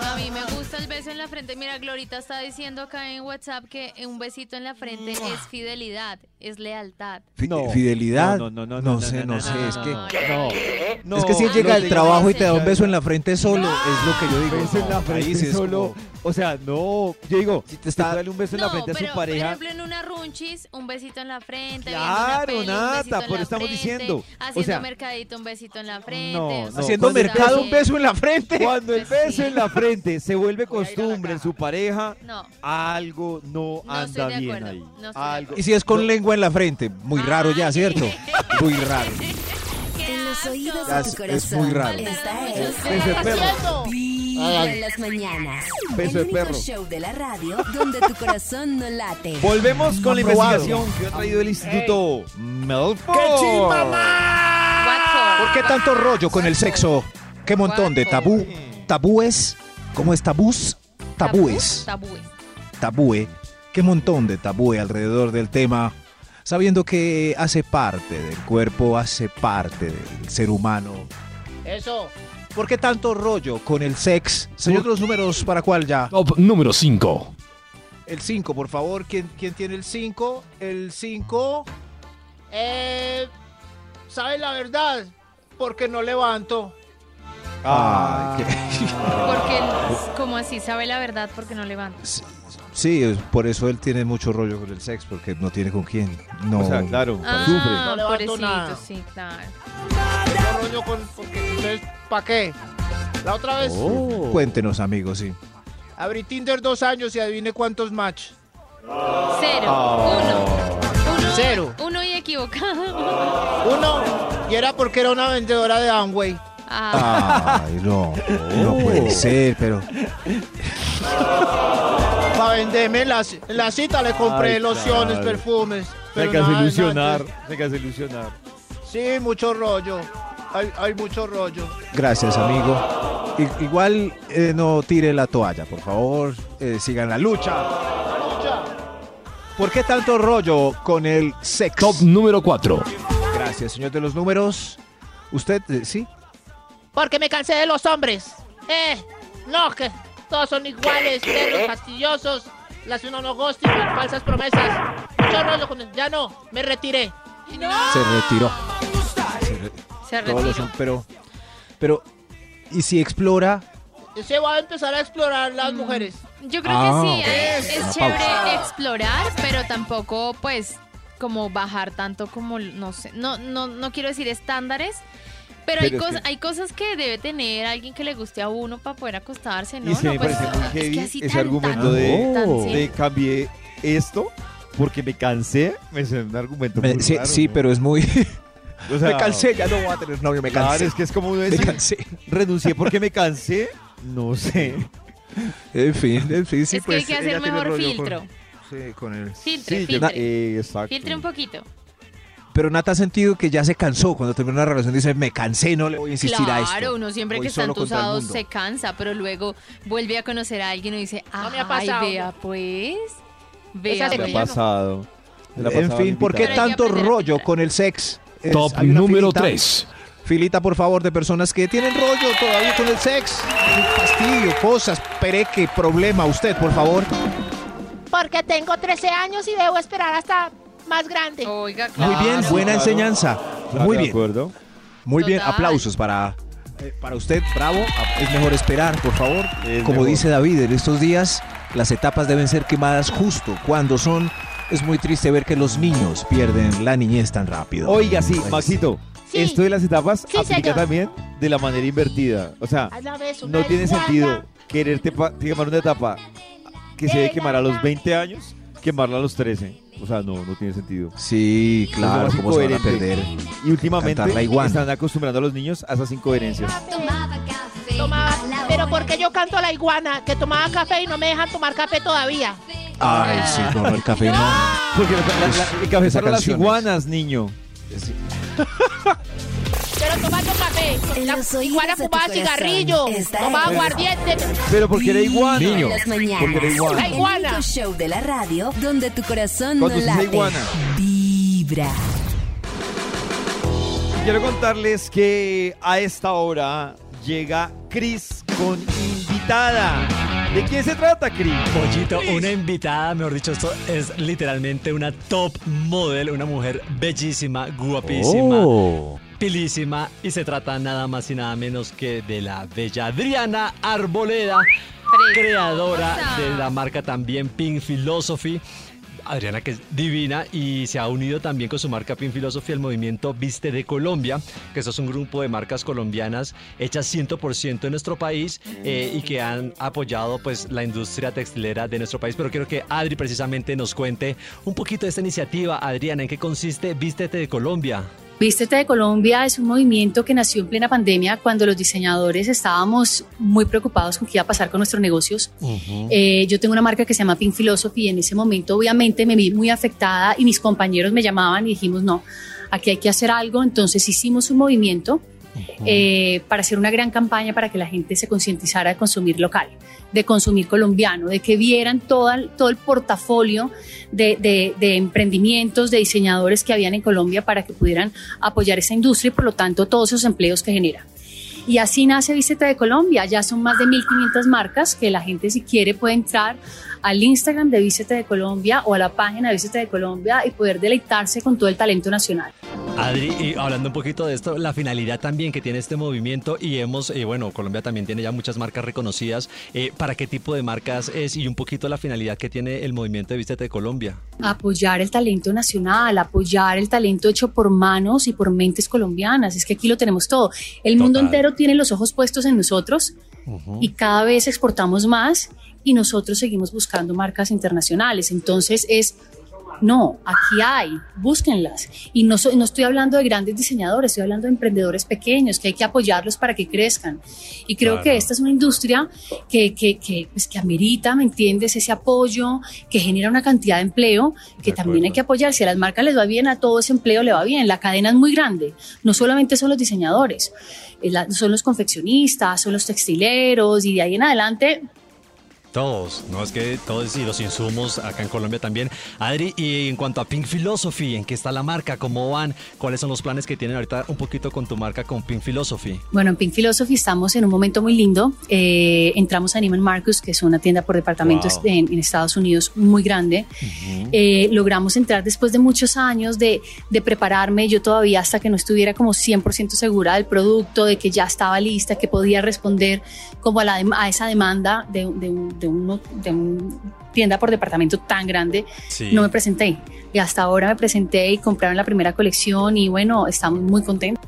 S3: A mí me gusta el beso en la frente. Mira, Glorita está diciendo acá en WhatsApp que un besito en la frente es fidelidad, es lealtad.
S5: Fi- Fidelidad.
S2: No, no, no, no, no,
S5: sé, no,
S2: no,
S5: sé.
S2: no,
S5: es
S2: no,
S5: que.
S2: no, ¿Qué? no.
S5: es que si
S2: No,
S5: llega
S2: no,
S5: al
S2: no,
S5: trabajo y
S2: no,
S5: te da un
S2: no.
S5: beso en la frente solo, es lo que yo digo.
S2: Beso en la
S5: No,
S2: frente
S5: ahí sí es
S2: solo.
S5: como-
S2: O sea, no. Yo digo, si te está dando un beso en la
S3: No,
S2: frente a
S3: pero,
S2: su pareja.
S3: Por ejemplo, en una runchis, un besito en la frente. viendo una
S2: Claro,
S3: peli, un
S2: Nata,
S3: besito en
S2: por
S3: la
S2: estamos
S3: frente,
S2: diciendo. O
S3: Haciendo
S2: sea-
S3: mercadito, un besito en la frente.
S2: No,
S3: o
S2: no.
S3: sea,
S5: Haciendo
S3: cosas
S5: mercado,
S3: así.
S5: un beso en la frente.
S2: Cuando
S3: <laughs>
S2: el beso en la frente se vuelve costumbre en su pareja,
S3: No.
S2: algo no,
S3: No
S2: anda
S3: estoy de
S2: bien
S3: acuerdo,
S2: ahí.
S3: no estoy de
S2: Algo-
S5: Y si es con
S2: No,
S5: lengua en la frente, muy raro ya,
S3: <laughs>
S5: ¿cierto? Muy raro.
S1: En los oídos
S5: Ya
S1: de tu
S5: es-
S1: corazón.
S5: es muy raro.
S1: Esta
S5: Beso
S1: es.
S5: de perro.
S1: Vibra en las mañanas.
S2: Beso
S1: el
S2: de
S1: único
S2: perro.
S1: show de la radio donde tu corazón no late.
S2: Volvemos con la
S5: Aprobado.
S2: investigación que ha traído el Instituto Melford.
S5: ¡Qué chimba, ¿Por qué tanto rollo con el sexo? ¿Qué montón de tabú? ¿Tabúes? ¿Cómo es tabús? Tabúes.
S3: Tabúes.
S5: Tabúe. ¿Qué montón de tabúe alrededor del tema? Sabiendo que hace parte del cuerpo, hace parte del ser humano.
S9: Eso.
S5: ¿Por qué tanto rollo con el sex? Señor de los números, ¿para cuál ya?
S7: Top número 5.
S5: El 5, por favor. ¿Quién, quién tiene el 5? El 5.
S9: Eh, ¿Sabes la verdad? Porque no levanto.
S2: Ah.
S3: Porque, él, como así, sabe la verdad porque no levanta.
S5: Sí, es- por eso él tiene mucho rollo con el sex, porque no tiene con quién. No.
S2: O sea, claro.
S3: Ah,
S9: No levanto
S3: pobrecito,
S9: nada.
S3: sí, claro.
S9: Yo rollo con. Porque entonces, ¿para qué? La otra vez
S2: Oh. Pues,
S5: Cuéntenos, amigos, sí.
S9: abrí Tinder dos años y adivine cuántos match.
S3: Cero, uno, uno,
S9: Cero.
S3: uno y equivocado.
S9: Uno, y era porque era una vendedora de Amway.
S3: Ah,
S5: Ay, no. No
S2: Oh.
S5: puede ser, pero.
S9: Para venderme en la, ci- en la cita le compré
S2: Ay,
S9: lociones,
S2: claro.
S9: perfumes.
S2: Me
S9: pero
S2: hagas
S9: nada,
S2: ilusionar.
S9: nada.
S2: Me hagas ilusionar.
S9: Sí, mucho rollo. Hay, hay mucho rollo.
S5: Gracias, amigo. I- igual eh, no tire la toalla, por favor. eh, sigan la lucha. ¿Por qué tanto rollo con el sex?
S7: Top número 4.
S5: Gracias, señor de los números. Usted, eh, sí.
S9: Porque me cansé de los hombres. Eh, no, que todos son iguales, perros fastidiosos, las uno no ghosting, las falsas promesas. Mucho rollo con el- Ya no, me retiré.
S5: Se retiró.
S3: se
S5: Todos los-
S3: retiró.
S5: pero, pero, ¿y si explora?
S9: Se va a empezar a explorar las mujeres.
S3: Yo creo
S5: Ah,
S3: que sí,
S5: ok.
S3: es, es
S5: Una
S3: chévere
S5: pausa.
S3: explorar, pero tampoco pues como bajar tanto como, no sé, no, no, no quiero decir estándares, pero, hay,
S2: Pero es
S3: cos-
S2: que-
S3: hay cosas que debe tener alguien que le guste a uno para poder acostarse, ¿no?
S2: Y se
S3: No,
S2: me
S3: pues,
S2: parece muy
S3: es que
S2: heavy
S3: así
S2: ese
S3: tan,
S2: argumento
S3: tan,
S2: de,
S3: tan, sí.
S2: de cambié esto porque me cansé. Me suena un argumento
S5: Me-
S2: muy
S5: sí,
S2: raro,
S5: sí,
S2: ¿no?
S5: pero
S2: <laughs>
S5: es muy. <laughs>
S2: O sea,
S5: me cansé, ya no voy a tener novio, me
S2: claro,
S5: cansé.
S2: es que es como uno
S5: <laughs> me
S2: decir,
S5: cansé.
S2: renuncié porque me cansé. No sé.
S5: En fin, en fin, sí,
S3: es que hay
S5: pues.
S3: que hacer
S5: ella tiene
S3: mejor
S5: rollo
S3: filtro.
S5: Con, sí, con él.
S3: Filtre,
S2: Sí, yo-
S3: filtre.
S2: eh, exacto.
S3: filtre un poquito.
S5: Pero Nata ha sentido que ya se cansó cuando terminó una relación. Dice, me cansé, no le voy a insistir a esto.
S3: Claro, uno siempre
S5: Voy
S3: que está
S5: solo contra el
S3: entusado
S5: mundo.
S3: se cansa, pero luego vuelve a conocer a alguien y dice,
S9: No me ha
S3: ay,
S9: pasado".
S3: vea pues, Vea,
S2: Se la ha
S3: vea.
S2: pasado. Se la ha
S5: En
S2: pasado la
S5: fin, ¿por qué
S2: invitada.
S5: tanto rollo con el sex?
S7: Top
S5: hay una
S7: número tres.
S5: Filita, por favor, de personas que tienen rollo todavía con el sex. Fastidio, cosas, pereque, problema. Usted, por favor.
S9: Porque tengo 13 años y debo esperar hasta más grande.
S3: Oiga,
S5: Muy bien, buena
S2: claro.
S5: enseñanza.
S2: Claro,
S5: Muy
S2: de
S5: bien.
S2: acuerdo.
S5: Muy bien,
S3: Total.
S5: aplausos para, eh, para usted, bravo. A- Es mejor esperar, por favor.
S2: Es
S5: Como
S2: mejor.
S5: dice David, en estos días las etapas deben ser quemadas justo cuando son. Es muy triste ver que los niños pierden la niñez tan rápido.
S2: Oiga, sí, Maxito.
S9: Sí.
S2: Esto de las etapas
S9: Sí,
S2: aplica
S9: señor.
S2: también de la manera invertida. O sea,
S9: A la vez, una
S2: no tiene
S9: iguana.
S2: sentido quererte pa- quemar una etapa que se debe quemar a los 20 años, quemarla a los 13. O sea, no, no tiene sentido.
S5: Sí, claro,
S2: Es lo más
S5: cómo se van a
S2: incoherente.
S5: perder.
S2: Y últimamente
S5: Cantar la iguana.
S2: están acostumbrando a los niños a esas incoherencias.
S9: Tomaba, pero porque yo canto a la iguana que tomaba café y no me dejan tomar café todavía.
S5: Ay, sí, no, el café Ah. no. Pues,
S2: Porque la, la- la- el café
S5: Esa
S2: son las
S5: canción es-
S2: iguanas, niño.
S9: Pero tomando café.
S1: En
S9: La
S1: los oídos
S9: iguana
S1: de tu
S9: fumaba
S1: corazón,
S9: cigarrillo.
S1: esta
S9: Tomaba
S1: es-
S9: aguardiente.
S2: Pero porque era iguana.
S1: Vibra en las mañanas.
S2: Porque era iguana.
S9: La
S1: El
S9: iguana.
S1: único show de la radio donde tu corazón no
S2: Cuando se dice
S1: late.
S2: iguana.
S3: <laughs>
S1: Vibra.
S2: Quiero contarles que a esta hora llega Cris con invitada. ¿De quién se trata, Cris?
S4: Pollito, una invitada, mejor dicho, esto es literalmente una top model, una mujer bellísima, guapísima,
S2: Oh.
S4: pilísima, y se trata nada más y nada menos que de la bella Adriana Arboleda, creadora de la marca también Pink Philosophy. Adriana, que es divina y se ha unido también con su marca Pin Philosophy al movimiento Viste de Colombia, que esto es un grupo de marcas colombianas hechas 100% en nuestro país eh, y que han apoyado pues la industria textilera de nuestro país. Pero quiero que Adri precisamente nos cuente un poquito de esta iniciativa. Adriana, ¿en qué consiste Vístete de Colombia?
S15: Vístete de Colombia es un movimiento que nació en plena pandemia cuando los diseñadores estábamos muy preocupados con qué iba a pasar con nuestros negocios. Eh, yo tengo una marca que se llama Pink Philosophy y en ese momento obviamente me vi muy afectada y mis compañeros me llamaban y dijimos, no, aquí hay que hacer algo. Entonces hicimos un movimiento eh, para hacer una gran campaña para que la gente se concientizara de consumir local, de consumir colombiano, de que vieran toda, todo el portafolio de, de- de emprendimientos, de diseñadores que habían en Colombia para que pudieran apoyar esa industria y por lo tanto todos esos empleos que genera. Y así nace Vístete de Colombia. Ya son más de 1.500 marcas que la gente si quiere puede entrar al Instagram de Vístete de Colombia o a la página de Vístete de Colombia y poder deleitarse con todo el talento nacional.
S4: Adri, y hablando un poquito de esto, la finalidad también que tiene este movimiento y hemos, eh, bueno, Colombia también tiene ya muchas marcas reconocidas. eh, ¿Para qué tipo de marcas es y un poquito la finalidad que tiene el movimiento de Vístete de Colombia?
S15: apoyar el talento nacional, apoyar el talento hecho por manos y por mentes colombianas. Es que aquí lo tenemos todo. El mundo
S4: Total.
S15: entero tiene los ojos puestos en nosotros y cada vez exportamos más y nosotros seguimos buscando marcas internacionales. Entonces es... No, aquí hay, búsquenlas. Y no, so- no estoy hablando de grandes diseñadores, estoy hablando de emprendedores pequeños, que hay que apoyarlos para que crezcan. Y creo
S4: Claro.
S15: que esta es una industria que, que, que, pues, que amerita, ¿me entiendes? Ese apoyo, que genera una cantidad de empleo, que
S4: De
S15: también hay
S4: acuerdo.
S15: que apoyar. Si a las marcas les va bien, a todo ese empleo le va bien. La cadena es muy grande. No solamente son los diseñadores, eh, la- son los confeccionistas, son los textileros y de ahí en adelante
S4: Todos, no es que todos y los insumos acá en Colombia también. Adri, y en cuanto a Pink Philosophy, ¿en qué está la marca? ¿Cómo van? ¿Cuáles son los planes que tienen ahorita un poquito con tu marca con Pink Philosophy?
S15: Bueno, en Pink Philosophy estamos en un momento muy lindo. Eh, entramos a Neiman Marcus, que es una tienda por departamentos
S4: Wow.
S15: en, en Estados Unidos muy grande. Eh, logramos entrar después de muchos años de, de prepararme. Yo todavía hasta que no estuviera como 100% segura del producto, de que ya estaba lista, que podía responder como a, la dem- a esa demanda de, de un- de uno- de un tienda por departamento tan grande,
S4: Sí.
S15: no me presenté. Y hasta ahora me presenté y compraron la primera colección y bueno, estamos muy contentos.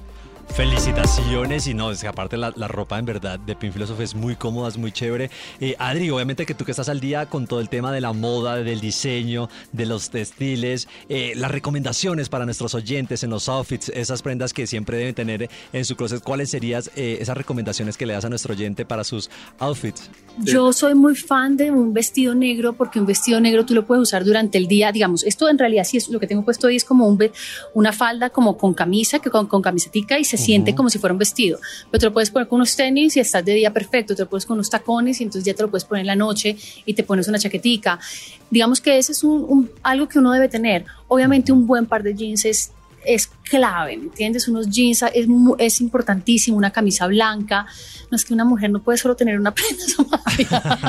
S4: Felicitaciones y no, es que aparte la, la ropa en verdad de Pink Philosophy es muy cómoda, es muy chévere. Eh, Adri, obviamente que tú que estás al día con todo el tema de la moda, del diseño, de los textiles, eh, las recomendaciones para nuestros oyentes en los outfits, esas prendas que siempre deben tener en su closet, ¿cuáles serían eh, esas recomendaciones que le das a nuestro oyente para sus outfits?
S15: Yo soy muy fan de un vestido negro porque un vestido negro tú lo puedes usar durante el día, digamos. Esto en realidad sí es lo que tengo puesto hoy es como un ve- una falda como con camisa, que con, con camisetica y se se siente como si fuera un vestido. Pero te lo puedes poner con unos tenis y estás de día perfecto, te lo pones con unos tacones y entonces ya te lo puedes poner en la noche y te pones una chaquetica. Digamos que ese es un- un- algo que uno debe tener. Obviamente un buen par de jeans es es clave, ¿me entiendes? Unos jeans es, mu- es importantísimo, una camisa blanca. No es que una mujer no puede solo tener una <laughs> prenda.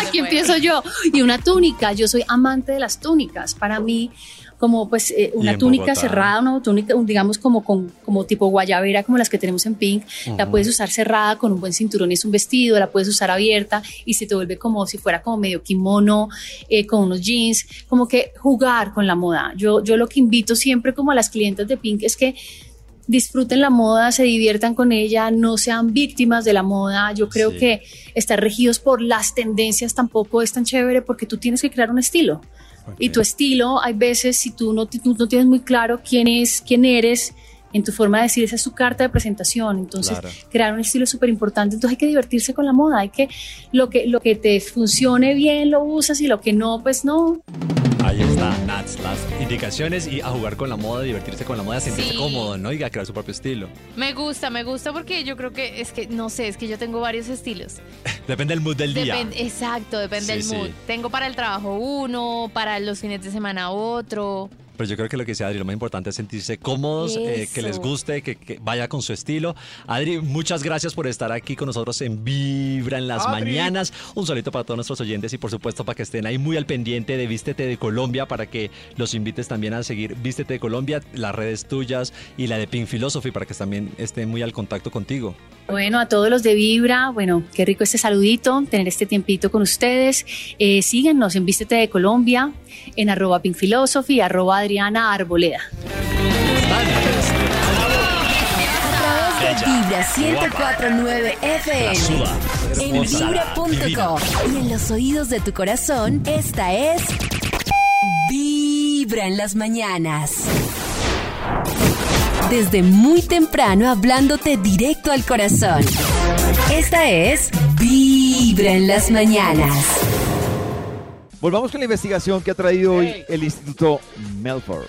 S15: Aquí empiezo yo. Y una túnica. Yo soy amante de las túnicas. Para mí, como pues eh,
S16: Y
S15: una
S16: en
S15: túnica
S16: Bogotá.
S15: cerrada, una túnica, un- digamos como, con, como tipo guayabera, como las que tenemos en Pink, la
S16: Ujú.
S15: puedes usar cerrada con un buen cinturón y es un vestido, la puedes usar abierta y se te vuelve como si fuera como medio kimono, eh, con unos jeans, como que jugar con la moda. Yo, yo lo que invito siempre como a las clientes de Pink es que disfruten la moda, se diviertan con ella, no sean víctimas de la moda. Yo creo
S16: Sí.
S15: que estar regidos por las tendencias tampoco es tan chévere porque tú tienes que crear un estilo. Y tu estilo, hay veces, si tú no, ti- tú no tienes muy claro quién es, quién eres, en tu forma de decir, esa es tu carta de presentación. Entonces,
S16: Claro.
S15: crear un estilo es súper importante. Entonces, hay que divertirse con la moda. Hay que lo, que lo que te funcione bien lo usas y lo que no, pues no.
S4: Ahí está, Nats, las indicaciones y a jugar con la moda, divertirse con la moda, sentirse
S3: Sí.
S4: cómodo, ¿no? Y a crear su propio estilo.
S3: Me gusta, me gusta porque yo creo que es que, no sé, es que yo tengo varios estilos.
S4: Depende del mood del día.
S3: Depende- exacto, depende
S4: Sí,
S3: del
S4: sí.
S3: mood. Tengo para el trabajo uno, para los fines de semana otro.
S4: Pero yo creo que lo que decía Adri, lo más importante es sentirse cómodos, eh, que les
S3: Eso.
S4: guste, que, que vaya con su estilo. Adri, muchas gracias por estar aquí con nosotros en Vibra en las
S17: Adri.
S4: mañanas. Un solito para todos nuestros oyentes y por supuesto para que estén ahí muy al pendiente de Vístete de Colombia, para que los invites también a seguir Vístete de Colombia, las redes tuyas y la de Pink Philosophy, para que también estén muy al contacto contigo.
S15: Bueno, a todos los de Vibra, bueno, qué rico este saludito, tener este tiempito con ustedes. Eh, síganos en Vístete de Colombia, en arroba pinkphilosophy, arroba Adriana Arboleda.
S1: A través de
S15: Ella,
S1: Vibra 1049 FM.
S15: suda,
S1: En
S15: hermosa,
S1: vibra.com. Y en los oídos de tu corazón, esta es. Vibra en las mañanas. Desde muy temprano hablándote directo al corazón. Esta es Vibra en las mañanas.
S2: Volvamos con la investigación que ha traído hoy el Instituto Melford.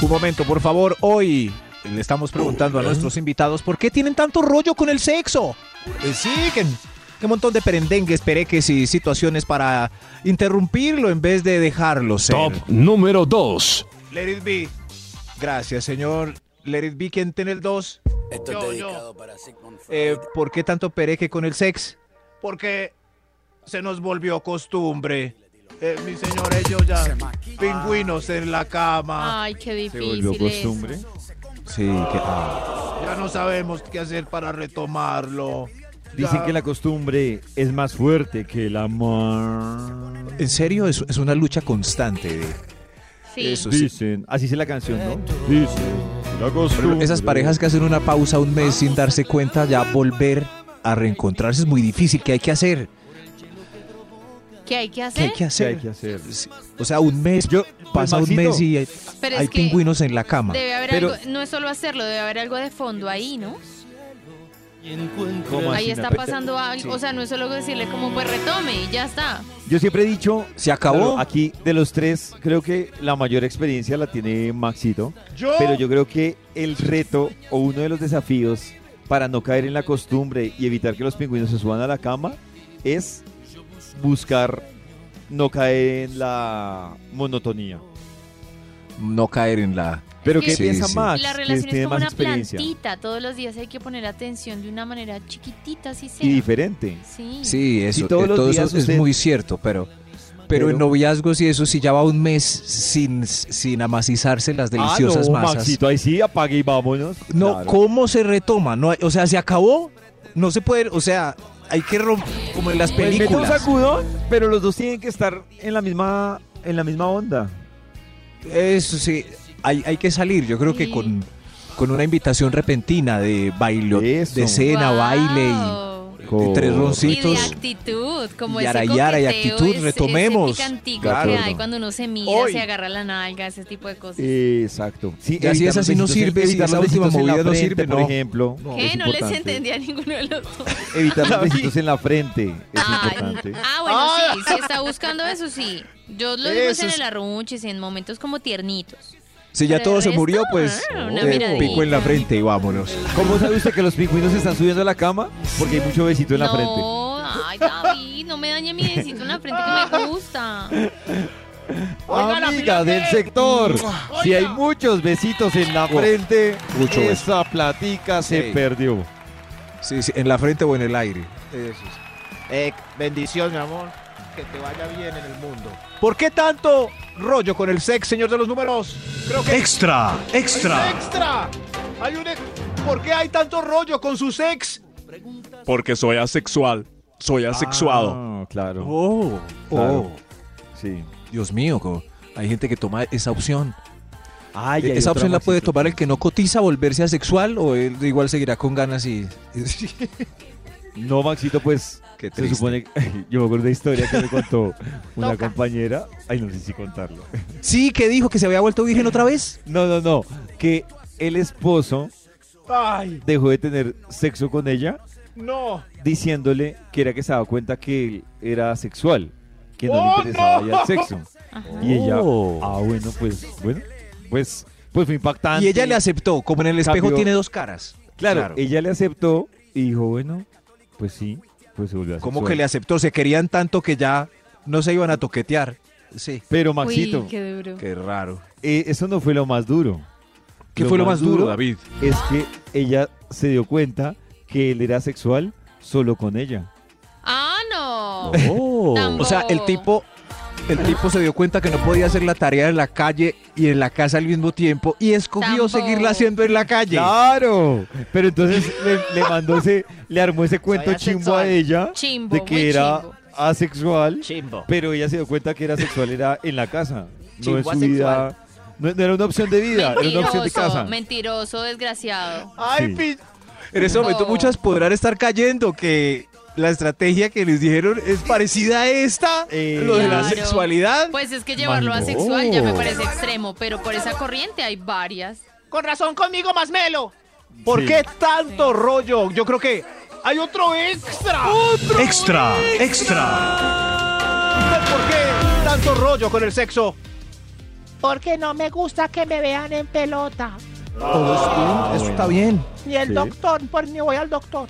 S5: Un momento, por favor, hoy le estamos preguntando a nuestros invitados por qué tienen tanto rollo con el sexo. Eh, sí, que, que montón de perendengues, pereques y situaciones para interrumpirlo en vez de dejarlo ser.
S7: Top número 2.
S5: Let it be. Gracias, señor. Let it be, ¿quién tiene el 2?
S6: Esto es dedicado
S5: para ¿Por qué tanto pereque con el sex?
S6: Porque se nos volvió costumbre. Eh, mi señor, ellos ya. Pingüinos en la cama.
S3: Ay, qué difícil. eso.
S5: Sí, que... ah.
S6: Ya no sabemos qué hacer para retomarlo.
S2: Dicen
S6: Ya-
S2: que la costumbre es más fuerte que el amor.
S5: En serio, es, es una lucha constante. de-
S3: Sí.
S5: Eso Pues sí.
S2: Dicen, así dice la canción, ¿no? Dicen, la costumbre.
S5: Esas parejas que hacen una pausa un mes sin darse cuenta, ya volver a reencontrarse es muy difícil. ¿Qué hay que hacer?
S3: ¿Qué hay que
S5: ¿Qué
S3: hacer?
S5: hay que hacer? Sí, O sea, un mes, pasa un
S2: Maxito.
S5: mes y hay,
S3: Pero
S5: hay
S3: es que
S5: pingüinos en la cama.
S3: Debe haber
S5: Pero-
S3: algo, no es solo hacerlo, debe haber algo de fondo ahí, ¿no?
S2: ¿Cómo
S3: Ahí
S2: así,
S3: está
S2: Nata?
S3: pasando algo, o sea, no es solo decirle como pues retome y ya está.
S2: Yo siempre he dicho,
S5: se acabó.
S2: aquí de los tres, creo que la mayor experiencia la tiene Maxito.
S6: Yo-
S2: Pero yo creo que el reto o uno de los desafíos para no caer en la costumbre y evitar que los pingüinos se suban a la cama es buscar no caer en la monotonía.
S5: No caer en la.
S2: Pero ¿qué
S5: Sí,
S2: piensa
S5: sí.
S2: Max?
S3: La
S2: que
S3: relación
S2: tiene
S3: es como
S2: más
S3: una
S2: experiencia.
S3: plantita, todos los días hay que poner atención de una manera chiquitita, así sea.
S2: Y diferente.
S3: Sí.
S5: Sí, eso,
S2: Y todos
S5: eh,
S2: los
S5: todo eso
S2: días
S5: es
S2: usted-
S5: muy cierto, pero, pero, en noviazgos y eso, si ya va un mes sin, sin amacizarse las deliciosas
S2: ah, no,
S5: masas.
S2: Maxito, ahí sí apague y vámonos.
S5: No,
S2: Claro.
S5: ¿cómo se retoma? No, hay- o sea, se acabó, no se puede, o sea, hay que romper, como en las
S2: Pues mete un
S5: películas.
S2: sacudón, pero los dos tienen que estar en la misma, en la misma onda.
S5: Eso sí, hay, hay que salir, yo creo que con, con una invitación repentina de baile, de cena, baile y de tres
S3: Y de
S5: roncitos.
S3: actitud, como
S5: Yara,
S3: ese
S5: yara y
S3: coqueteo,
S5: actitud,
S3: ese- ese
S5: retomemos.
S3: picantico
S2: De
S3: que
S2: acuerdo.
S3: hay cuando uno se mira,
S2: Hoy.
S3: se agarra la nalga, ese tipo de cosas.
S2: Exacto. Sí,
S5: Ya si
S2: evitar
S5: esa
S2: los
S5: sí no
S2: besitos
S5: sirve,
S2: en-
S5: si
S2: evitar
S5: esa
S2: los
S5: última
S2: besitos en la
S5: movida no
S2: frente,
S5: sirve,
S2: por
S5: no.
S2: ejemplo.
S3: ¿Qué?
S2: es
S3: No les
S2: importante.
S3: entendía a ninguno de los dos.
S2: <laughs> Evitar los besitos en la frente es importante.
S3: Ah, bueno, sí, si está buscando eso, sí. Yo lo digo es en
S2: Eso
S3: el arrunchis, en momentos como tiernitos.
S5: Si ya
S3: Pero
S5: todo se
S3: esto,
S5: murió, pues
S3: ah, una
S5: eh,
S3: miradita.
S5: pico en la frente y vámonos.
S2: ¿Cómo sabe usted que los pingüinos se están subiendo a la cama? Porque hay mucho besito en la frente.
S3: No, ay, David, no me dañe mi besito en la frente que me gusta.
S9: Oiga, la
S2: Amiga del sector, si hay muchos besitos en la frente, Eh,
S5: Mucho beso.
S2: esa platica se
S5: Sí.
S2: perdió.
S5: Sí, sí, en la frente o en el aire.
S6: Eh, bendición, mi amor. Que te vaya bien en el mundo.
S5: ¿Por qué tanto rollo con el sex, señor de los números?
S6: Creo que
S16: Extra,
S6: Hay
S16: extra.
S6: un extra. Hay un ex- ¿Por qué hay tanto rollo con sus ex?
S16: Porque soy asexual. Soy
S2: Ah, claro.
S5: Oh,
S2: Claro.
S5: oh.
S2: Sí.
S5: Dios mío, co- hay gente que toma esa opción.
S2: Ay,
S5: E-
S2: hay
S5: esa
S2: otra,
S5: opción la puede
S2: Maxito.
S5: tomar el que no cotiza, volverse asexual o él igual seguirá con ganas y... <laughs>
S2: No, Maxito, pues se
S5: triste.
S2: supone que- <laughs> yo me acuerdo de una historia que me contó una compañera. Ay, no sé si contarlo.
S5: Sí, que dijo que se había vuelto virgen otra vez.
S2: No, no, no. Que el esposo
S6: Ay,
S2: dejó de tener sexo con ella
S6: no.
S2: diciéndole que era que se daba cuenta que él era sexual, que no
S6: ¡Oh,
S2: le interesaba
S6: no!
S2: ya el sexo.
S6: Ajá.
S2: Y ella,
S5: Oh.
S2: ah, bueno, pues, bueno, pues, pues fue impactante.
S5: Y ella le aceptó, como en el espejo
S2: Cambió.
S5: tiene dos caras.
S2: Claro,
S5: Claro.
S2: ella le aceptó y dijo, bueno, pues sí, pues se volvió a
S5: Como que le aceptó, se querían tanto que ya no se iban a toquetear. Sí.
S2: Pero Maxito,
S3: qué duro.
S5: Qué raro.
S2: eh, eso no fue lo más duro.
S5: ¿Qué fue lo más duro, David?
S2: Es que ella se dio cuenta que él era sexual solo con ella.
S3: Ah, no.
S5: O sea, el tipo, el tipo se dio cuenta que no podía hacer la tarea en la calle y en la casa al mismo tiempo y escogió seguirla haciendo en la calle.
S2: Claro, pero entonces le, le mandó ese, le armó ese cuento chimbo a ella
S3: Chimbo,
S2: de que
S3: muy
S2: era
S3: chimbo.
S2: asexual, pero ella se dio cuenta que era sexual era en la casa, no
S5: Chimbo
S2: en su
S5: asexual.
S2: vida, no, no era una opción de vida, era una opción de
S3: Mentiroso,
S2: casa.
S3: mentiroso, desgraciado.
S6: Ay,
S5: En ese momento muchas podrán estar cayendo que la estrategia que les dijeron es parecida a esta, lo de la
S3: Claro.
S5: sexualidad. Oh.
S3: Pues es que llevarlo
S5: Mano.
S3: asexual ya me parece extremo, pero por esa corriente hay varias.
S9: Con razón conmigo, más melo.
S5: ¿Por qué
S6: tanto rollo? Yo creo que hay otro extra.
S16: Extra, extra.
S6: Este, ¿Por qué tanto rollo con el sexo?
S9: Porque no me gusta que me vean en pelota.
S5: Eso está bien.
S9: Ni el
S2: Sí.
S9: doctor, pues ni voy al doctor.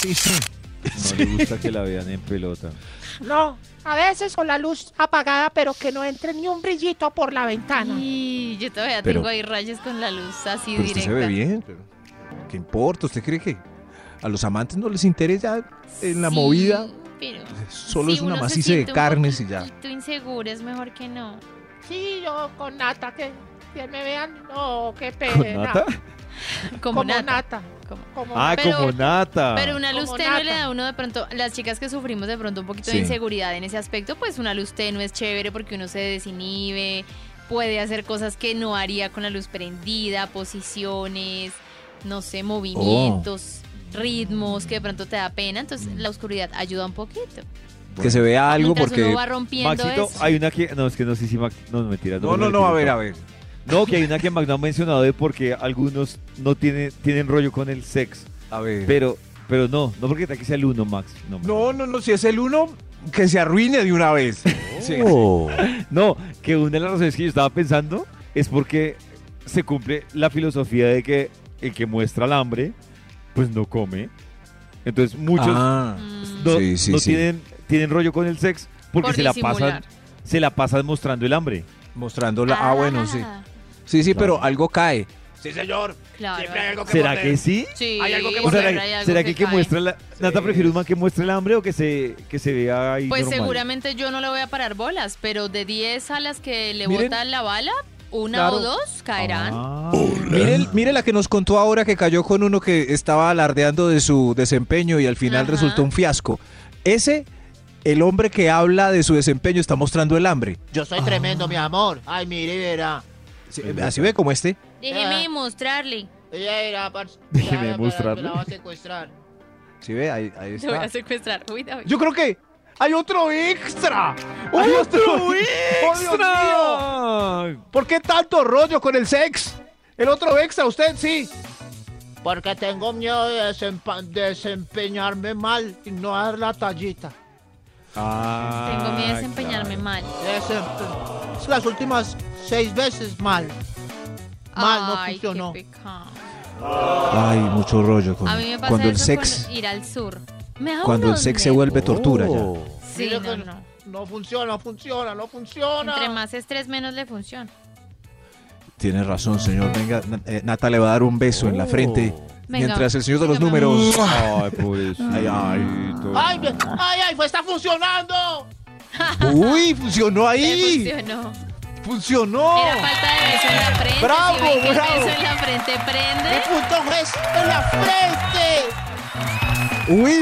S5: Sí, sí.
S2: No le gusta que la vean en pelota.
S9: No, a veces con la luz apagada, pero que no entre ni un brillito por la
S8: Ah,
S9: ventana.
S3: Mm. Y yo todavía
S5: Pero-
S3: tengo ahí rayas con la luz así
S5: Pero usted
S3: directa.
S5: se ve bien. pero ¿Qué importa? ¿Usted cree que a los amantes no les interesa en la
S3: Sí,
S5: movida?
S3: Pero
S5: Solo
S3: si
S5: es
S3: uno
S5: una
S3: se
S5: maciza de
S3: siente un
S5: carnes y ya.
S3: poquito inseguro es mejor que no.
S9: Sí, yo con nata, que, que me vean. No, qué pena.
S2: nata?
S3: Como,
S9: Como
S3: nata.
S9: nata. Como-
S2: Ah,
S3: Pero-
S2: como nata.
S3: Pero una luz
S9: Como
S3: tenue
S9: nata.
S3: le da a uno de pronto, las chicas que sufrimos de pronto un poquito
S2: Sí.
S3: de inseguridad en ese aspecto, pues una luz tenue es chévere porque uno se desinhibe, puede hacer cosas que no haría con la luz prendida, posiciones, no sé, movimientos, ritmos que de pronto te da pena, entonces la oscuridad ayuda un poquito.
S5: Que se vea algo
S3: Mientras
S5: porque...
S3: uno va rompiendo
S2: Maxito,
S3: eso.
S2: hay una que. No, es que no sé si Max. No, no, mentira.
S5: No, no,
S2: me
S5: no, a ver,
S2: equivoco.
S5: a ver.
S2: No, que hay una que Max no ha mencionado de porque algunos no tienen, tienen rollo con el sexo.
S5: A ver.
S2: Pero, pero no, no porque aquí sea el uno, Max. No, Max.
S5: No, no, no, si es el uno, que se arruine de una <laughs> vez. Sí.
S2: No, que una de las razones que yo estaba pensando es porque se cumple la filosofía de que el que muestra el hambre, pues no come. Entonces muchos
S5: Ah.
S3: mm.
S2: no,
S5: Sí, sí,
S2: no
S5: sí.
S2: Tienen, tienen rollo con el sexo porque
S3: Por
S2: se la
S3: disimular.
S2: pasan se la pasan mostrando el hambre.
S5: Mostrándola. Ah, bueno, sí. Sí, sí,
S2: Claro.
S5: pero algo cae.
S6: Sí, señor.
S3: Claro.
S6: Siempre hay algo que
S2: Ah, ¿Será
S6: morder.
S2: que sí?
S3: Sí,
S6: Hay algo que
S2: O sea,
S6: morder,
S2: ¿Será,
S3: hay algo
S2: será que el que
S3: cae.
S2: muestra la, Nata prefiere un man que muestre el hambre o que se, que se vea ahí
S3: Pues
S2: normal?
S3: seguramente yo no le voy a parar bolas, pero de 10 a las que le
S5: Miren.
S3: botan la bala, una o
S5: Claro. Ah.
S3: dos caerán.
S2: Ah.
S5: Mire, el- mire la que nos contó ahora que cayó con uno que estaba alardeando de su desempeño y al final
S3: Ajá.
S5: resultó un fiasco. Ese, el hombre que habla de su desempeño está mostrando el hambre.
S6: Yo soy
S2: Ah.
S6: tremendo, mi amor. Ay, mire, verá.
S5: Sí, Así ve como este.
S9: Ah.
S3: Déjeme mostrarle.
S9: Ella era
S2: <laughs>
S9: parce-
S5: Déjeme
S9: ya,
S5: mostrarle.
S9: Me la va a secuestrar.
S5: Sí ve, ahí, ahí
S3: Te voy a
S5: está.
S3: secuestrar. Uy, David.
S6: Yo creo que hay otro extra. ¡Hay otro extra! ¿Por qué tanto rollo con el sex? El otro extra, usted sí.
S9: Porque tengo miedo de desempa- desempeñarme mal y no dar la tallita.
S5: Ah.
S3: Tengo miedo de desempeñarme mal.
S9: Desempe- Las últimas seis veces mal. Mal, no funcionó.
S5: Ay, mucho rollo. Con,
S3: A mí me pasa
S5: cuando el
S3: eso
S5: sex,
S3: con ir al sur. Me da
S5: cuando el
S3: unos
S5: sex se vuelve
S18: Oh.
S3: nervios.
S5: tortura ya.
S3: Sí,
S9: Mira
S3: no,
S9: que
S3: no.
S9: No funciona, no funciona, no funciona.
S3: Entre más estrés, menos le funciona.
S5: Tiene razón, señor. Venga, Na- eh, Nata le va a dar un beso
S18: Oh.
S5: en la frente.
S3: Venga.
S5: Mientras el señor de los
S3: Venga, mamá.
S5: números.
S19: Ay,
S18: pues,
S19: pobrecito.
S5: Ay, ay, todo.
S9: ¡Ay, ve- ay, ay! Pues ¡Está funcionando!
S5: Uy, funcionó ahí.
S3: Funcionó.
S5: Funcionó.
S3: Era falta de beso en la frente.
S9: Bravo,
S3: si ven que el
S9: bravo.
S3: beso en la frente prende.
S9: ¡Mi punto es en la frente!
S5: Uy,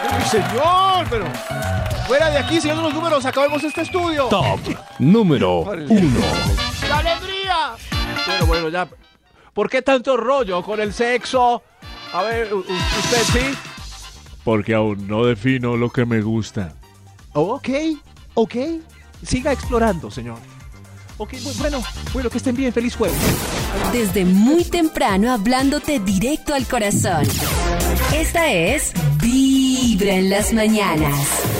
S20: Uy, señor, pero fuera de aquí, señor de los números, acabemos este estudio.
S21: Top número 1.
S9: ¡Qué alegría!
S20: Bueno, bueno, ya. ¿Por qué tanto rollo con el sexo? A ver, u- u- usted sí.
S18: Porque aún no defino lo que me gusta.
S5: ok, ok. Siga explorando, señor. Ok, bu- bueno, bueno, que estén bien. Feliz jueves.
S12: Desde muy temprano hablándote directo al corazón. Esta es Vibra en las mañanas.